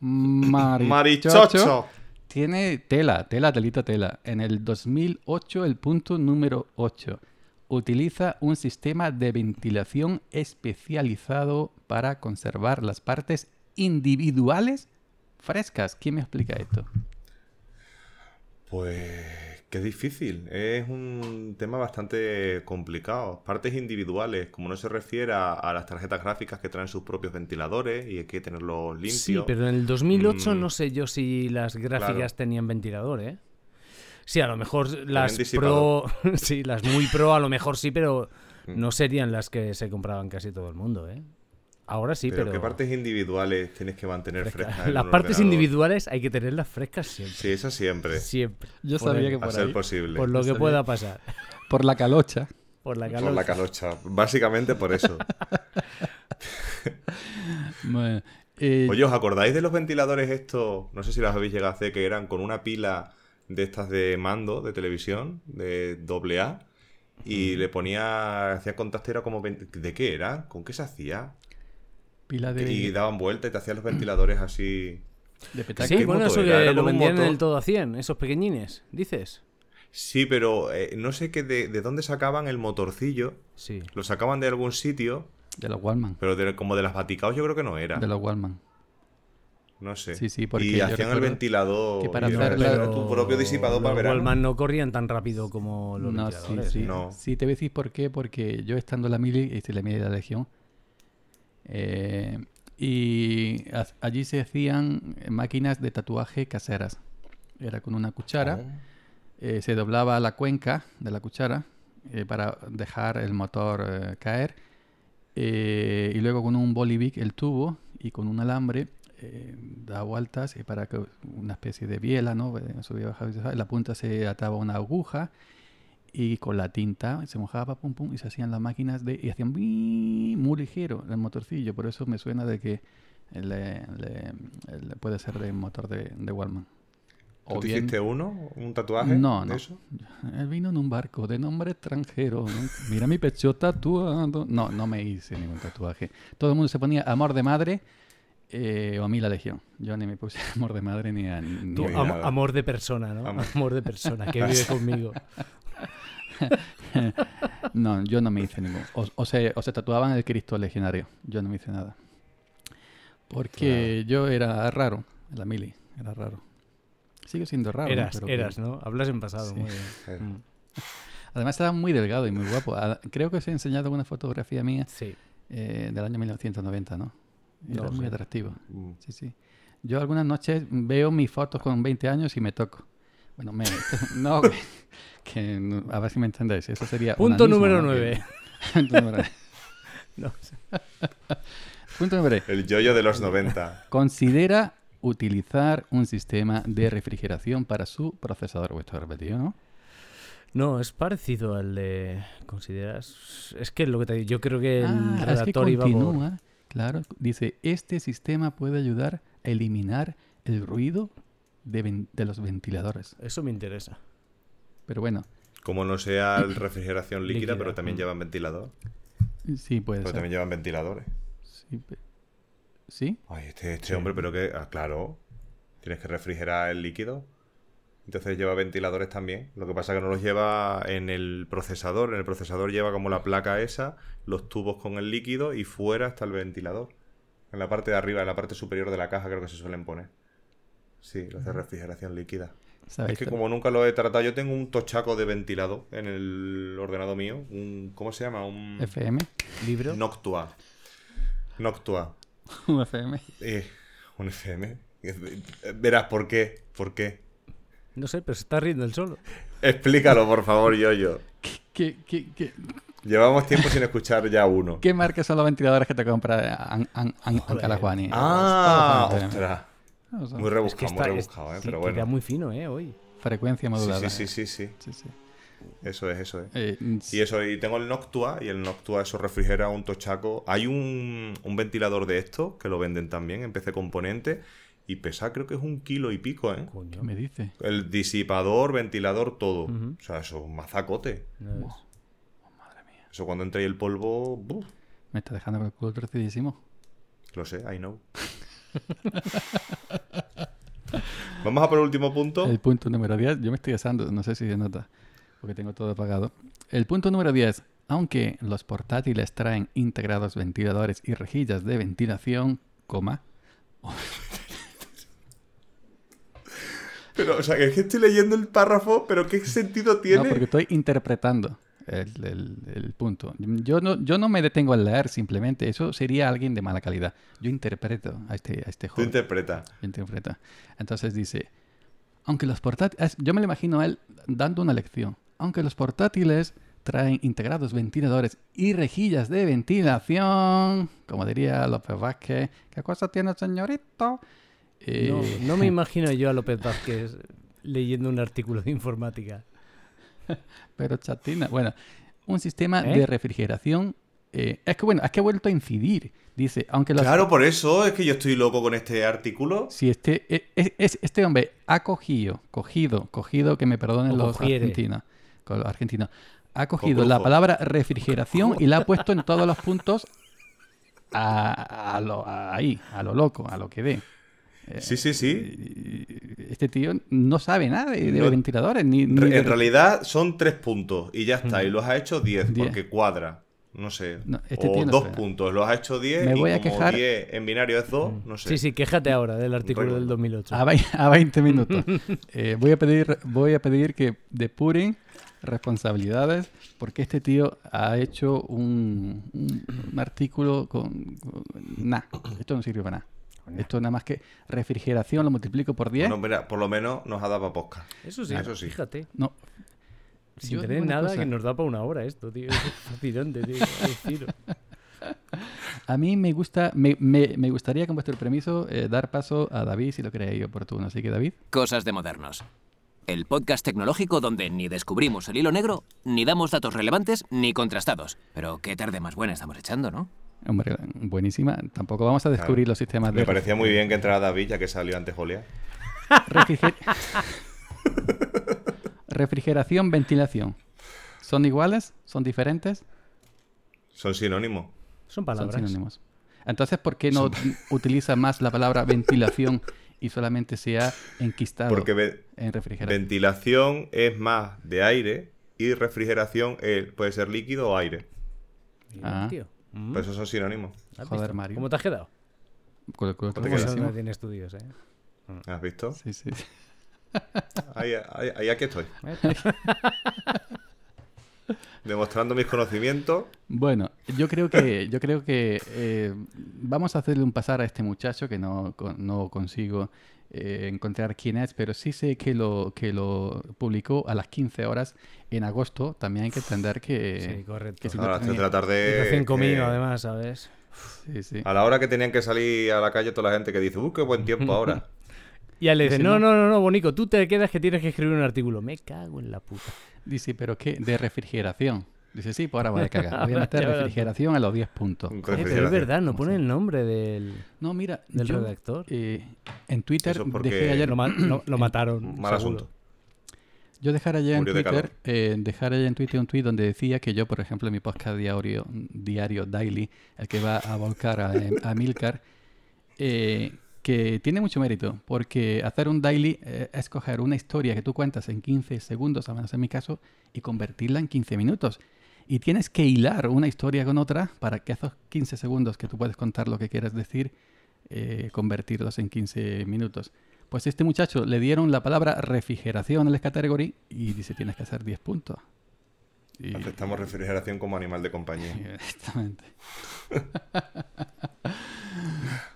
S8: Marichocho.
S7: Tiene tela, tela, telita, tela. En el 2008 el punto número 8. Utiliza un sistema de ventilación especializado para conservar las partes individuales frescas. ¿Quién me explica esto?
S8: Pues qué difícil. Es un tema bastante complicado. Partes individuales, como no se refiere a, a las tarjetas gráficas que traen sus propios ventiladores y hay que tenerlos limpios.
S1: Sí, pero en el 2008
S8: Mm.
S1: no sé yo si las gráficas
S8: Claro.
S1: tenían ventilador, ¿eh? Sí, a lo mejor las pro,
S8: disipador. Mm.
S1: sí, las muy pro a lo mejor sí, pero no serían las que se compraban casi todo el mundo, ¿eh? Ahora sí,
S8: Pero
S1: pero,
S8: qué partes individuales tienes que mantener
S1: fresca-
S8: frescas. en
S1: las
S8: un
S1: partes
S8: ordenador?
S1: individuales hay que tenerlas frescas siempre,
S8: Sí, eso siempre.
S1: siempre.
S7: Yo
S1: Por
S7: sabía
S1: el-
S7: que
S8: a
S7: por
S8: ser
S7: ahí,
S8: posible.
S1: por lo que
S7: sabía.
S1: pueda pasar,
S7: por la calocha.
S1: por la
S8: Por la
S1: calor.
S8: calocha. Básicamente por eso.
S7: Bueno, eh,
S8: Oye, ¿os acordáis de los ventiladores estos? No sé si los habéis llegado a hacer, que eran con una pila de estas de mando de televisión, de doble A, y le ponía, hacía contacto, era como... ven- ¿De qué era? ¿Con qué se hacía?
S7: pila de...
S8: Y daban vuelta y te hacían los ventiladores así...
S7: De petaca.
S1: Sí,
S8: ¿Qué
S1: bueno,
S8: moto
S1: eso
S8: era? Era
S1: que
S8: con
S1: lo
S8: un
S1: vendían en
S8: motor.
S1: el todo a 100, esos pequeñines, dices.
S8: Sí, pero eh, no sé qué de, de dónde sacaban el motorcillo.
S1: Sí.
S8: Lo sacaban de algún sitio,
S7: De los Wallman.
S8: pero de- como de las Vaticaos yo creo que no era.
S7: De los Wallman.
S8: No sé.
S7: Sí, sí, porque
S8: y
S7: yo
S8: hacían el
S7: recuerdo
S8: ventilador.
S7: que para
S8: y era-
S7: hacer la-
S8: era tu propio disipador para
S1: los
S8: verano.
S1: Wallman no corrían tan rápido como los
S7: No, sí,
S1: ventiladores. ¿eh?
S7: sí.
S8: No.
S7: Sí, te voy a decir por qué. Porque yo estando en la mili, hice la mili de la Legión. eh, y a- allí se hacían máquinas de tatuaje caseras. Era con una cuchara.
S1: Ah.
S7: eh, se doblaba la cuenca de la cuchara eh, para dejar el motor eh, caer. eh, y luego con un bolivic el tubo y con un alambre eh, da vueltas y para que una especie de biela, ¿no? Eh, Subía, bajaba, y bajaba. En La punta se ataba una aguja y con la tinta se mojaba, pum, pum, y se hacían las máquinas de... Y hacían bii- muy ligero el motorcillo. Por eso me suena de que le- le- le puede ser de motor de, de Wallman.
S8: ¿Tú te hiciste uno? ¿Un tatuaje?
S7: No,
S8: de
S7: no.
S8: eso?
S7: Él vino en un barco de nombre extranjero. ¿no? Mira mi pecho tatuado. No, no me hice ningún tatuaje. Todo el mundo se ponía amor de madre eh, o a mí la legión. Yo ni me puse amor de madre ni a. ni
S1: Tú,
S7: a-
S1: am-
S8: nada.
S1: amor de persona, ¿no?
S8: Amor.
S1: Amor de persona que vive conmigo.
S7: Ah, No, yo no me hice ningún. O, o se, o se tatuaban el Cristo legionario. Yo no me hice nada. Porque yo era raro en la mili. Era raro. Sigo siendo raro. ¿no?
S1: eras,
S7: Pero que-
S1: eras, ¿no? Hablas en pasado,
S7: Sí.
S1: muy bien.
S8: Eh.
S7: Además estaba muy delgado y muy guapo. Ah, Creo que os he enseñado una fotografía mía
S1: Sí.
S7: eh, del año 1990, ¿no? Era
S1: No
S7: muy
S1: sé.
S7: atractivo.
S8: Mm.
S7: Sí, sí. Yo algunas noches veo mis fotos con 20 años y me toco. Bueno, me... no, que, que no- a ver si me entendéis. Eso sería
S1: Punto
S7: onanismo,
S1: número
S7: ¿no?
S1: nueve.
S7: Que- Punto número nueve.
S1: No,
S7: Punto número nueve.
S8: El yoyo de los 90.
S7: Considera utilizar un sistema de refrigeración para su procesador. Esto he repetido, ¿no?
S1: no, es parecido al de. ¿Consideras? Es que lo que te digo, yo creo que el
S7: Ah, es que
S1: redactor iba por-
S7: continúa. Claro, dice, este sistema puede ayudar a eliminar el ruido de, ven- de los ventiladores.
S1: Eso me interesa.
S7: Pero bueno,
S8: Como no sea el refrigeración líquida,
S1: Líquida,
S8: pero también
S1: mm.
S8: llevan ventilador.
S7: sí puede
S8: Pero
S7: ser.
S8: también llevan ventiladores.
S7: Sí, pe- ¿Sí?
S8: Ay, este, este hombre, pero que. ah, claro. Tienes que refrigerar el líquido. Entonces lleva ventiladores también. Lo que pasa es que no los lleva en el procesador. En el procesador lleva como la placa esa, los tubos con el líquido y fuera está el ventilador. En la parte de arriba, en la parte superior de la caja, creo que se suelen poner. Sí, los de refrigeración líquida.
S7: ¿Sabéis?
S8: Es que como nunca lo he tratado, yo tengo un tochaco de ventilado en el ordenador mío. Un, ¿Cómo se llama? Un
S7: FM.
S1: ¿Libro?
S8: Noctua. Noctua.
S7: Un FM.
S8: Eh, un FM. Eh, Verás, ¿por qué? ¿Por qué?
S1: No sé, pero se está riendo el solo.
S8: Explícalo, por favor, Yoyo.
S7: ¿Qué, qué, qué,
S8: Llevamos tiempo sin escuchar ya uno.
S7: qué marca son los ventiladores que te compra An- An- An- Ancalajuani?
S8: Ah,
S7: Todos son FM.
S8: ostras.
S7: Todos son
S8: Muy rebuscado, muy
S1: es-
S8: rebuscado, eh,
S1: sí,
S8: pero
S1: que era
S8: bueno.
S1: muy fino, ¿eh? Hoy.
S7: Frecuencia modulada. ¿eh?
S8: Sí, sí, sí, sí,
S7: Sí,
S8: sí.
S7: sí.
S8: Eso es, eso es.
S7: Eh,
S8: Y eso, y tengo el Noctua, y el Noctua eso refrigera un tochaco. Hay un, un ventilador de estos que lo venden también en PC Componente y pesa creo que es un kilo y pico, ¿eh?
S1: Coño.
S7: ¿Qué me dice?
S8: El disipador, ventilador, todo.
S1: Ujú.
S8: O sea, eso es un mazacote.
S1: No es-
S8: Eso cuando entra ahí el polvo, ¡buf!
S7: Me está dejando con el culo torcidísimo.
S8: lo sé, I know. Vamos a por el último punto.
S7: El punto número 10, yo me estoy asando, no sé si se nota, porque tengo todo apagado. El punto número 10, aunque los portátiles traen integrados ventiladores y rejillas de ventilación, coma,
S8: Pero, o sea, que es que estoy leyendo el párrafo, pero ¿qué sentido
S7: no,
S8: tiene?
S7: porque estoy interpretando el, el- el punto. Yo no, yo no me detengo a leer simplemente, eso sería alguien de mala calidad. Yo interpreto a este, a este
S8: Tú
S7: joven.
S8: interpreta.
S7: interpreta. Entonces dice, aunque los portátiles, yo me lo imagino a él dando una lección, aunque los portátiles traen integrados ventiladores y rejillas de ventilación, como diría López Vázquez, ¿qué cosa tiene señorito? Eh,
S1: No, no me imagino yo a López Vázquez leyendo un artículo de informática.
S7: Pero chatina, bueno, un sistema
S1: ¿Eh?
S7: de refrigeración, eh, es que bueno, es que ha vuelto a incidir, dice, aunque los...
S8: Claro, por eso es que yo estoy loco con este artículo.
S7: Si este, e- e- es- este hombre ha cogido, cogido, cogido, que me perdonen
S1: O
S7: los
S1: cogiere.
S7: argentinos, con los argentinos, ha cogido
S8: Cocrujo.
S7: la palabra refrigeración y la ha puesto en todos los puntos a, a lo, a ahí, a lo loco, a lo que dé.
S8: Sí, sí, sí.
S7: Y Este tío no sabe nada de, de
S8: No-
S7: ventiladores, ni, ni
S8: Re-
S7: de-
S8: en realidad son tres puntos y ya está. Y los has hecho diez,
S7: Diez.
S8: porque cuadra. No sé.
S7: No, este
S8: o
S7: tío no
S8: dos
S7: sabe.
S8: puntos, los has hecho diez.
S7: Me
S8: y
S7: voy a
S8: como
S7: quejar. Mm.
S8: diez en binario es dos, no sé.
S1: Sí, sí, quéjate ahora del artículo
S8: Recuerdo.
S1: del 2008.
S7: a, vei- a 20 minutos. Eh, voy, a pedir, voy a pedir que depuren responsabilidades porque este tío ha hecho un, un- un artículo con... nada, esto no sirve para nada. Esto nada más que refrigeración lo multiplico por 10.
S8: Bueno, mira, por lo menos nos ha dado para posca.
S1: Eso sí,
S8: Eso sí.
S1: fíjate.
S7: no.
S1: Sin
S7: Yo
S1: tener
S7: digo una
S1: nada
S7: cosa,
S1: que nos da para una hora esto, tío. Es tirante, tío. es tiro.
S7: A mí me gusta, me, me- me gustaría con vuestro permiso eh, dar paso a David si lo creéis oportuno. Así que David,
S4: Cosas de modernos. El podcast tecnológico donde ni descubrimos el hilo negro, ni damos datos relevantes, ni contrastados. Pero qué tarde más buena estamos echando, ¿no?
S7: hombre, buenísima. Tampoco vamos a descubrir los sistemas
S8: Me
S7: de
S8: parecía muy bien que entrara David, ya que salió antes Julia.
S7: Refriger- Refrigeración, ventilación. ¿Son iguales? ¿Son diferentes?
S8: Son sinónimos.
S1: Son
S7: Son
S1: palabras.
S7: sinónimos. Entonces, ¿por qué no utiliza más la palabra ventilación y solamente se ha enquistado
S8: Porque ve-
S7: en refrigeración?
S8: ventilación es más de aire y refrigeración eh, puede ser líquido o aire.
S1: Mira,
S7: Ah.
S1: tío. Mm.
S8: Por eso son sinónimos.
S1: ¿Has
S7: Joder,
S1: visto?
S7: Mario.
S1: ¿Cómo te has quedado?
S7: Con el culo
S8: ¿Cómo te
S1: Eso
S8: quedas?
S7: torcidísimo.
S1: no tiene estudios, eh.
S7: Mm.
S8: ¿Has visto?
S7: Sí, sí, sí.
S8: Ahí, ahí- ahí aquí estoy.
S1: ¿Eh?
S8: Demostrando mis conocimientos.
S7: Bueno, yo creo que, yo creo que eh, vamos a hacerle un pasar a este muchacho que no, con- no consigo eh, encontrar quién es, pero sí sé que lo, que lo publicó a las 15 horas en agosto. También hay que entender que...
S1: Sí, correcto. Ah.
S7: que si no
S8: A las tres de
S7: tenía-
S8: la tarde.
S1: Recién comido,
S8: eh,
S1: además, ¿sabes?
S7: Sí,
S1: Ah.
S7: sí.
S8: A la hora que tenían que salir a la calle toda la gente que dice, ¡uh, qué buen tiempo ahora!
S1: Y ya le
S7: Ese
S1: dicen, no,
S7: no.
S1: no, no, no, Bonico, tú te quedas que tienes que escribir un artículo. Me cago en la puta.
S7: Dice, pero ¿qué? De refrigeración. Dice, sí, pues ahora voy a cagar. Voy a meter
S1: Ya verás tú.
S7: refrigeración a los 10 puntos.
S8: Un
S1: Eh, pero es
S8: refrigerante.
S1: verdad, no pone el nombre del,
S7: No, mira,
S1: del
S7: yo,
S1: redactor.
S7: eh, en Twitter
S8: Eso porque
S7: dejé ayer...
S1: Lo, ma- lo- lo mataron.
S8: Mal
S1: seguro.
S8: asunto.
S7: Yo dejar allá en
S8: Murió de
S7: Twitter, eh, dejar allá en Twitter un tweet donde decía que yo, por ejemplo, en mi podcast diario, diario Daily, el que va a volcar a, a Milcar, eh, que tiene mucho mérito, porque hacer un daily eh, es coger una historia que tú cuentas en 15 segundos, al menos en mi caso, y convertirla en 15 minutos. Y tienes que hilar una historia con otra para que esos 15 segundos que tú puedes contar lo que quieras decir, eh, convertirlos en 15 minutos. Pues a este muchacho le dieron la palabra refrigeración al category y dice tienes que hacer 10 puntos. Y,
S8: Aceptamos refrigeración como animal de compañía.
S7: Exactamente.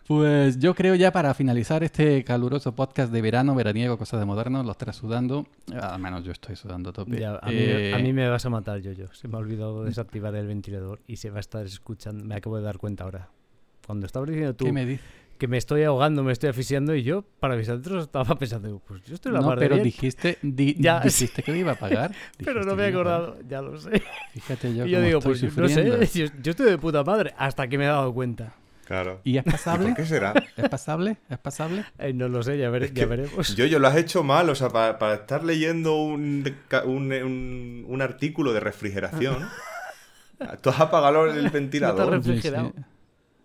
S7: pues yo creo ya para finalizar este caluroso podcast de verano, veraniego, cosas de moderno, los tres sudando. Al menos yo estoy sudando a tope.
S1: Ya, a, mí,
S7: Eh,
S1: a mí me vas a matar, yo, yo. Se me ha olvidado desactivar el ventilador y se va a estar escuchando. Me acabo de dar cuenta ahora. Cuando estabas diciendo tú
S7: ¿Qué me dices?
S1: que me estoy ahogando, me estoy asfixiando, y yo, para mis adentros, estaba pensando, digo, pues yo estoy la
S7: No,
S1: mar de
S7: pero
S1: bien,
S7: dijiste, di-
S1: Ya,
S7: dijiste que lo iba a pagar.
S1: pero
S7: Dijiste
S1: no me he
S7: que lo iba a pagar.
S1: acordado, ya lo sé.
S7: Fíjate yo,
S1: Y yo
S7: cómo
S1: digo,
S7: estoy
S1: pues
S7: sufriendo.
S1: no sé, yo, yo estoy de puta madre, hasta que me he dado cuenta.
S8: Claro.
S7: ¿Y es pasable?
S8: ¿Por qué será?
S1: Pues
S7: ¿Es pasable? ¿Es pasable?
S1: Eh, no lo sé, ya, vere- ya
S8: que
S1: veremos.
S8: Yo, yo, lo has hecho mal, o sea, para, para estar leyendo un, de- ca- un, un- un artículo de refrigeración, tú has apagado el ventilador.
S1: refri- Refrigerado.
S7: Yo sí. Este,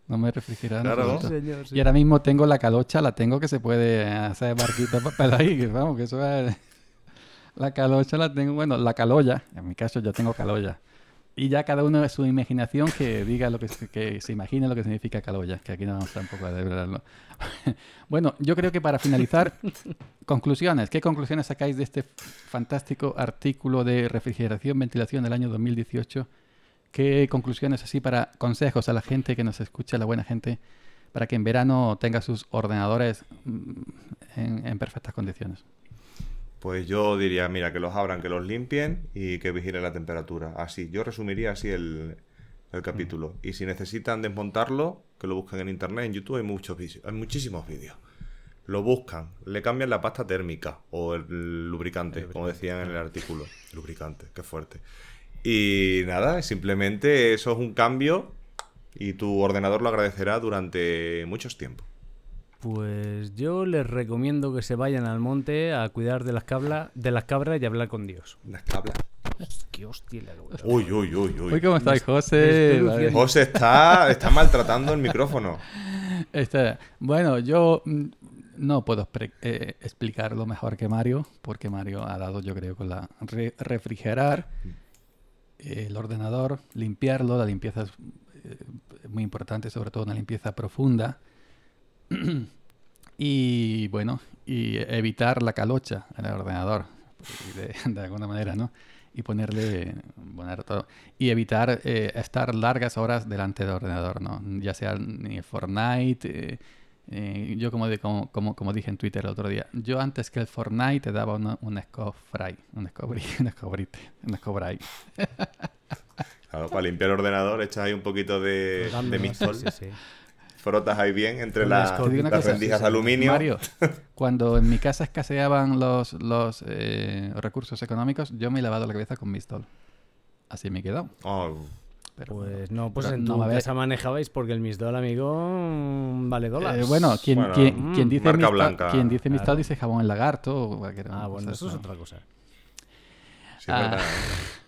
S7: No me he refrigerado. en
S8: Claro.
S7: absoluto.
S1: Sí, señor, sí.
S7: Y ahora mismo tengo la calocha, la tengo que se puede hacer barquita pa- para ahí, que vamos, que eso es... La calocha la tengo, bueno, la caloya, en mi caso yo tengo caloya. Y ya cada uno de su imaginación que diga lo que se, que se imagine lo que significa caloya, que aquí no vamos tampoco a develarlo. bueno, yo creo que para finalizar, conclusiones. ¿Qué conclusiones sacáis de este fantástico artículo de refrigeración, ventilación del año 2018? ¿Qué conclusiones así para consejos a la gente que nos escucha, a la buena gente, para que en verano tenga sus ordenadores mm, en, en perfectas condiciones?
S8: Pues yo diría, mira, que los abran, que los limpien y que vigilen la temperatura. Así, yo resumiría así el, el capítulo. Y si necesitan desmontarlo, que lo busquen en internet, en YouTube hay muchos vídeos, hay muchísimos vídeos. Lo buscan, le cambian la pasta térmica o el lubricante, como decían en el artículo. Lubricante, qué fuerte. Y nada, simplemente eso es un cambio y tu ordenador lo agradecerá durante muchos tiempos.
S1: Pues yo les recomiendo que se vayan al monte a cuidar de las, cabla- de las cabras y hablar con Dios.
S8: Las tablas.
S1: ¡Qué hostia la que voy a-
S7: eh,
S8: Uy, uy, uy, uy.
S7: Hoy, ¿cómo estáis, José?
S1: estoy
S7: Vale.
S8: José está, está maltratando el micrófono.
S7: Este, bueno, yo mm, no puedo expre- eh, explicarlo mejor que Mario, porque Mario ha dado, yo creo, con la re- refrigerar eh, el ordenador, limpiarlo. La limpieza es eh, muy importante, sobre todo una limpieza profunda. y bueno, y evitar la calocha en el ordenador, y de, de alguna manera, ¿no? Y ponerle, poner todo. Y evitar eh, estar largas horas delante del ordenador, ¿no? Ya sea en Fortnite. eh, eh, yo, como, de- como, como, como dije en Twitter el otro día, yo antes que el Fortnite te daba una, un escofray, un escobri, un escobrite, un escobray.
S8: Claro, para limpiar el ordenador echas ahí un poquito de, de
S1: Colgando,
S8: mistol,
S1: sí, sí, sí.
S8: frotas ahí bien entre
S1: Con
S8: la-
S1: las
S7: Te digo una
S8: Ah, las
S7: cosa,
S8: rendijas de aluminio.
S7: Mario, cuando en mi casa escaseaban los, los eh, recursos económicos, yo me he lavado la cabeza con Mistol. Así me he quedado.
S8: Oh,
S7: Pero,
S1: Pues no, pues
S7: Pero
S1: en
S7: no
S1: tu
S7: va a haber-
S1: casa manejabais porque el Misdol, amigo, mm, vale
S7: Eh,
S1: dólares.
S7: bueno, quien,
S8: Bueno,
S7: quien, quien
S8: mm,
S7: dice
S8: marca
S7: Mistol,
S8: blanca. Ah.
S7: quien dice Mistol
S1: Claro.
S7: dice jabón en lagarto. o cualquier
S1: Ah,
S7: cosa
S1: bueno,
S7: de
S1: eso es
S7: esa.
S1: otra cosa.
S8: sí, es verdad.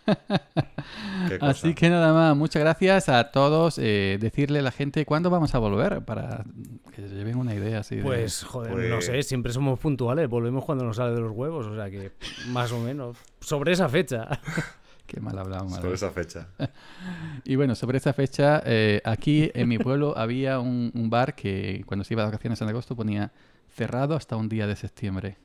S8: Qué cosa.
S7: Ah. Así que nada más, muchas gracias a todos. eh, decirle a la gente cuándo vamos a volver para que se lleven una idea así. de-
S1: Pues, joder, no
S8: Pues-
S1: sé, siempre somos puntuales, volvemos cuando nos sale de los huevos, o sea que más o menos sobre esa fecha.
S7: Qué mal hablado, madre.
S8: Sobre esa fecha.
S7: Y bueno, sobre esa fecha, eh, aquí en mi pueblo había un, un bar que cuando se iba de vacaciones en agosto ponía cerrado hasta un día de septiembre.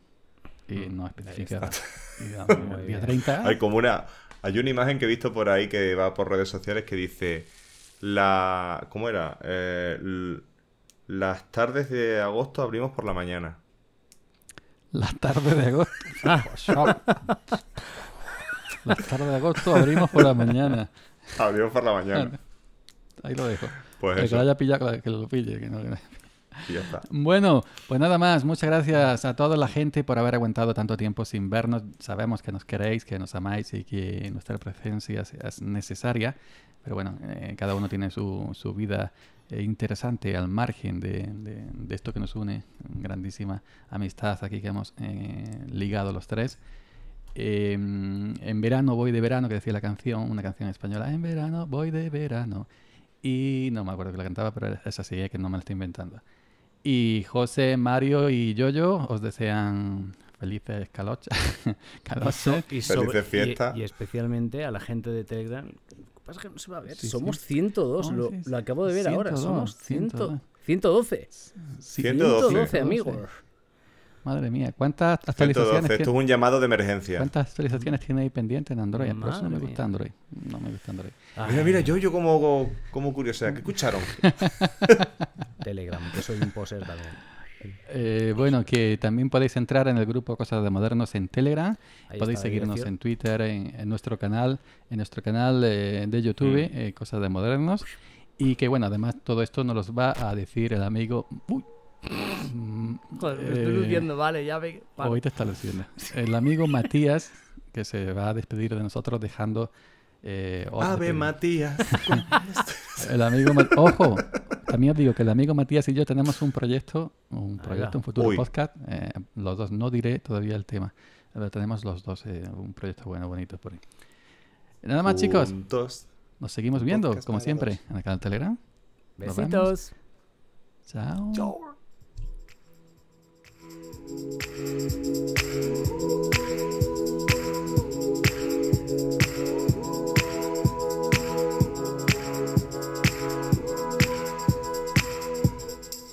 S8: Mm.
S7: Y no especificaba. Y vamos, el día ah, 30.
S8: Hay como una. Hay una imagen que he visto por ahí que va por redes sociales que dice. La. ¿Cómo era? Eh, l- las tardes de agosto abrimos por la mañana.
S7: La tarde de agosto. La tarde de agosto abrimos por la mañana.
S8: Abrimos por la mañana.
S7: Ahí lo dejo.
S8: Pues
S7: el que
S8: eso.
S7: lo haya pillado, que lo- que lo pille. que no- que no-
S8: Y ya está.
S7: Bueno, pues nada más. Muchas gracias a toda la gente por haber aguantado tanto tiempo sin vernos. Sabemos que nos queréis, que nos amáis y que nuestra presencia es- es necesaria. Pero bueno, eh, cada uno tiene su, su vida eh, interesante al margen de, de- de esto que nos une. Grandísima amistad aquí que hemos eh, ligado los tres. Eh, en verano voy de verano, que decía la canción, una canción española. En verano voy de verano. Y no me acuerdo que la cantaba, pero es así, eh, que no me la estoy inventando. Y José, Mario y Yoyo os desean felices calochas. calochas.
S1: Y,
S8: Felices
S1: sobre- y-
S8: fiestas.
S1: y especialmente a la gente de Telegram. Lo que pasa es que no se va a ver.
S7: Sí,
S1: somos
S7: sí.
S1: 102,
S7: Oh,
S1: lo,
S7: sí, sí.
S1: lo acabo de ver ahora.
S7: 102,
S1: Somos 100,
S7: 102.
S1: 112.
S8: 112.
S1: 112 amigos.
S7: Madre mía, ¿cuántas actualizaciones,
S8: 112. Esto es
S7: tiene-
S8: un llamado de emergencia.
S7: ¿cuántas actualizaciones tiene ahí pendiente en Android? Por eso no
S1: Madre
S7: me gusta
S1: mía.
S7: Android. No me gusta Android.
S8: Mira, mira, yo, yo como, como curiosidad, ¿qué escucharon?
S1: Telegram, que soy un poser también.
S7: Eh, bueno, que también podéis entrar en el grupo Cosas de Modernos en Telegram,
S1: Ahí
S7: podéis
S1: está la
S7: seguirnos
S1: dirección.
S7: en Twitter, en, en nuestro canal, en nuestro canal eh, de
S1: Mm.
S7: YouTube, eh, Cosas de Modernos, y que bueno, además todo esto nos los va a decir el amigo. Uy, Mm,
S1: Joder, me
S7: eh,
S1: estoy luciendo, vale, ya ve. vale.
S7: Hoy te está luciendo. El amigo Matías, que se va a despedir de nosotros dejando. eh, otro
S8: Ave
S7: pedido.
S8: Matías.
S7: El amigo Ma- Ojo, también os digo que el amigo Matías y yo tenemos un proyecto, un
S1: Ahí va.
S7: proyecto, un futuro
S8: Uy.
S7: podcast. eh, los dos, no diré todavía el tema. Pero tenemos los dos eh, un proyecto bueno, bonito por ahí. Nada más, chicos.
S8: Un, dos.
S7: Nos seguimos viendo,
S8: podcast
S7: como
S8: para
S7: siempre,
S8: dos.
S7: en el canal Telegram. nos vemos.
S1: Besitos.
S7: Chao.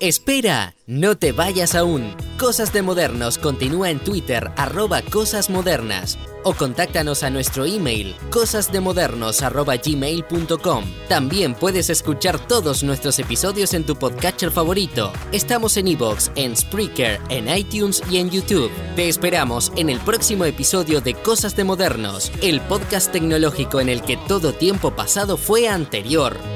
S11: Espera, no te vayas aún. Cosas de Modernos continúa en Twitter, arroba Cosas Modernas. O contáctanos a nuestro email, cosasdemodernos arroba gmail.com. También puedes escuchar todos nuestros episodios en tu podcatcher favorito. Estamos en iVoox, en Spreaker, en iTunes y en YouTube. Te esperamos en el próximo episodio de Cosas de Modernos, el podcast tecnológico en el que todo tiempo pasado fue anterior.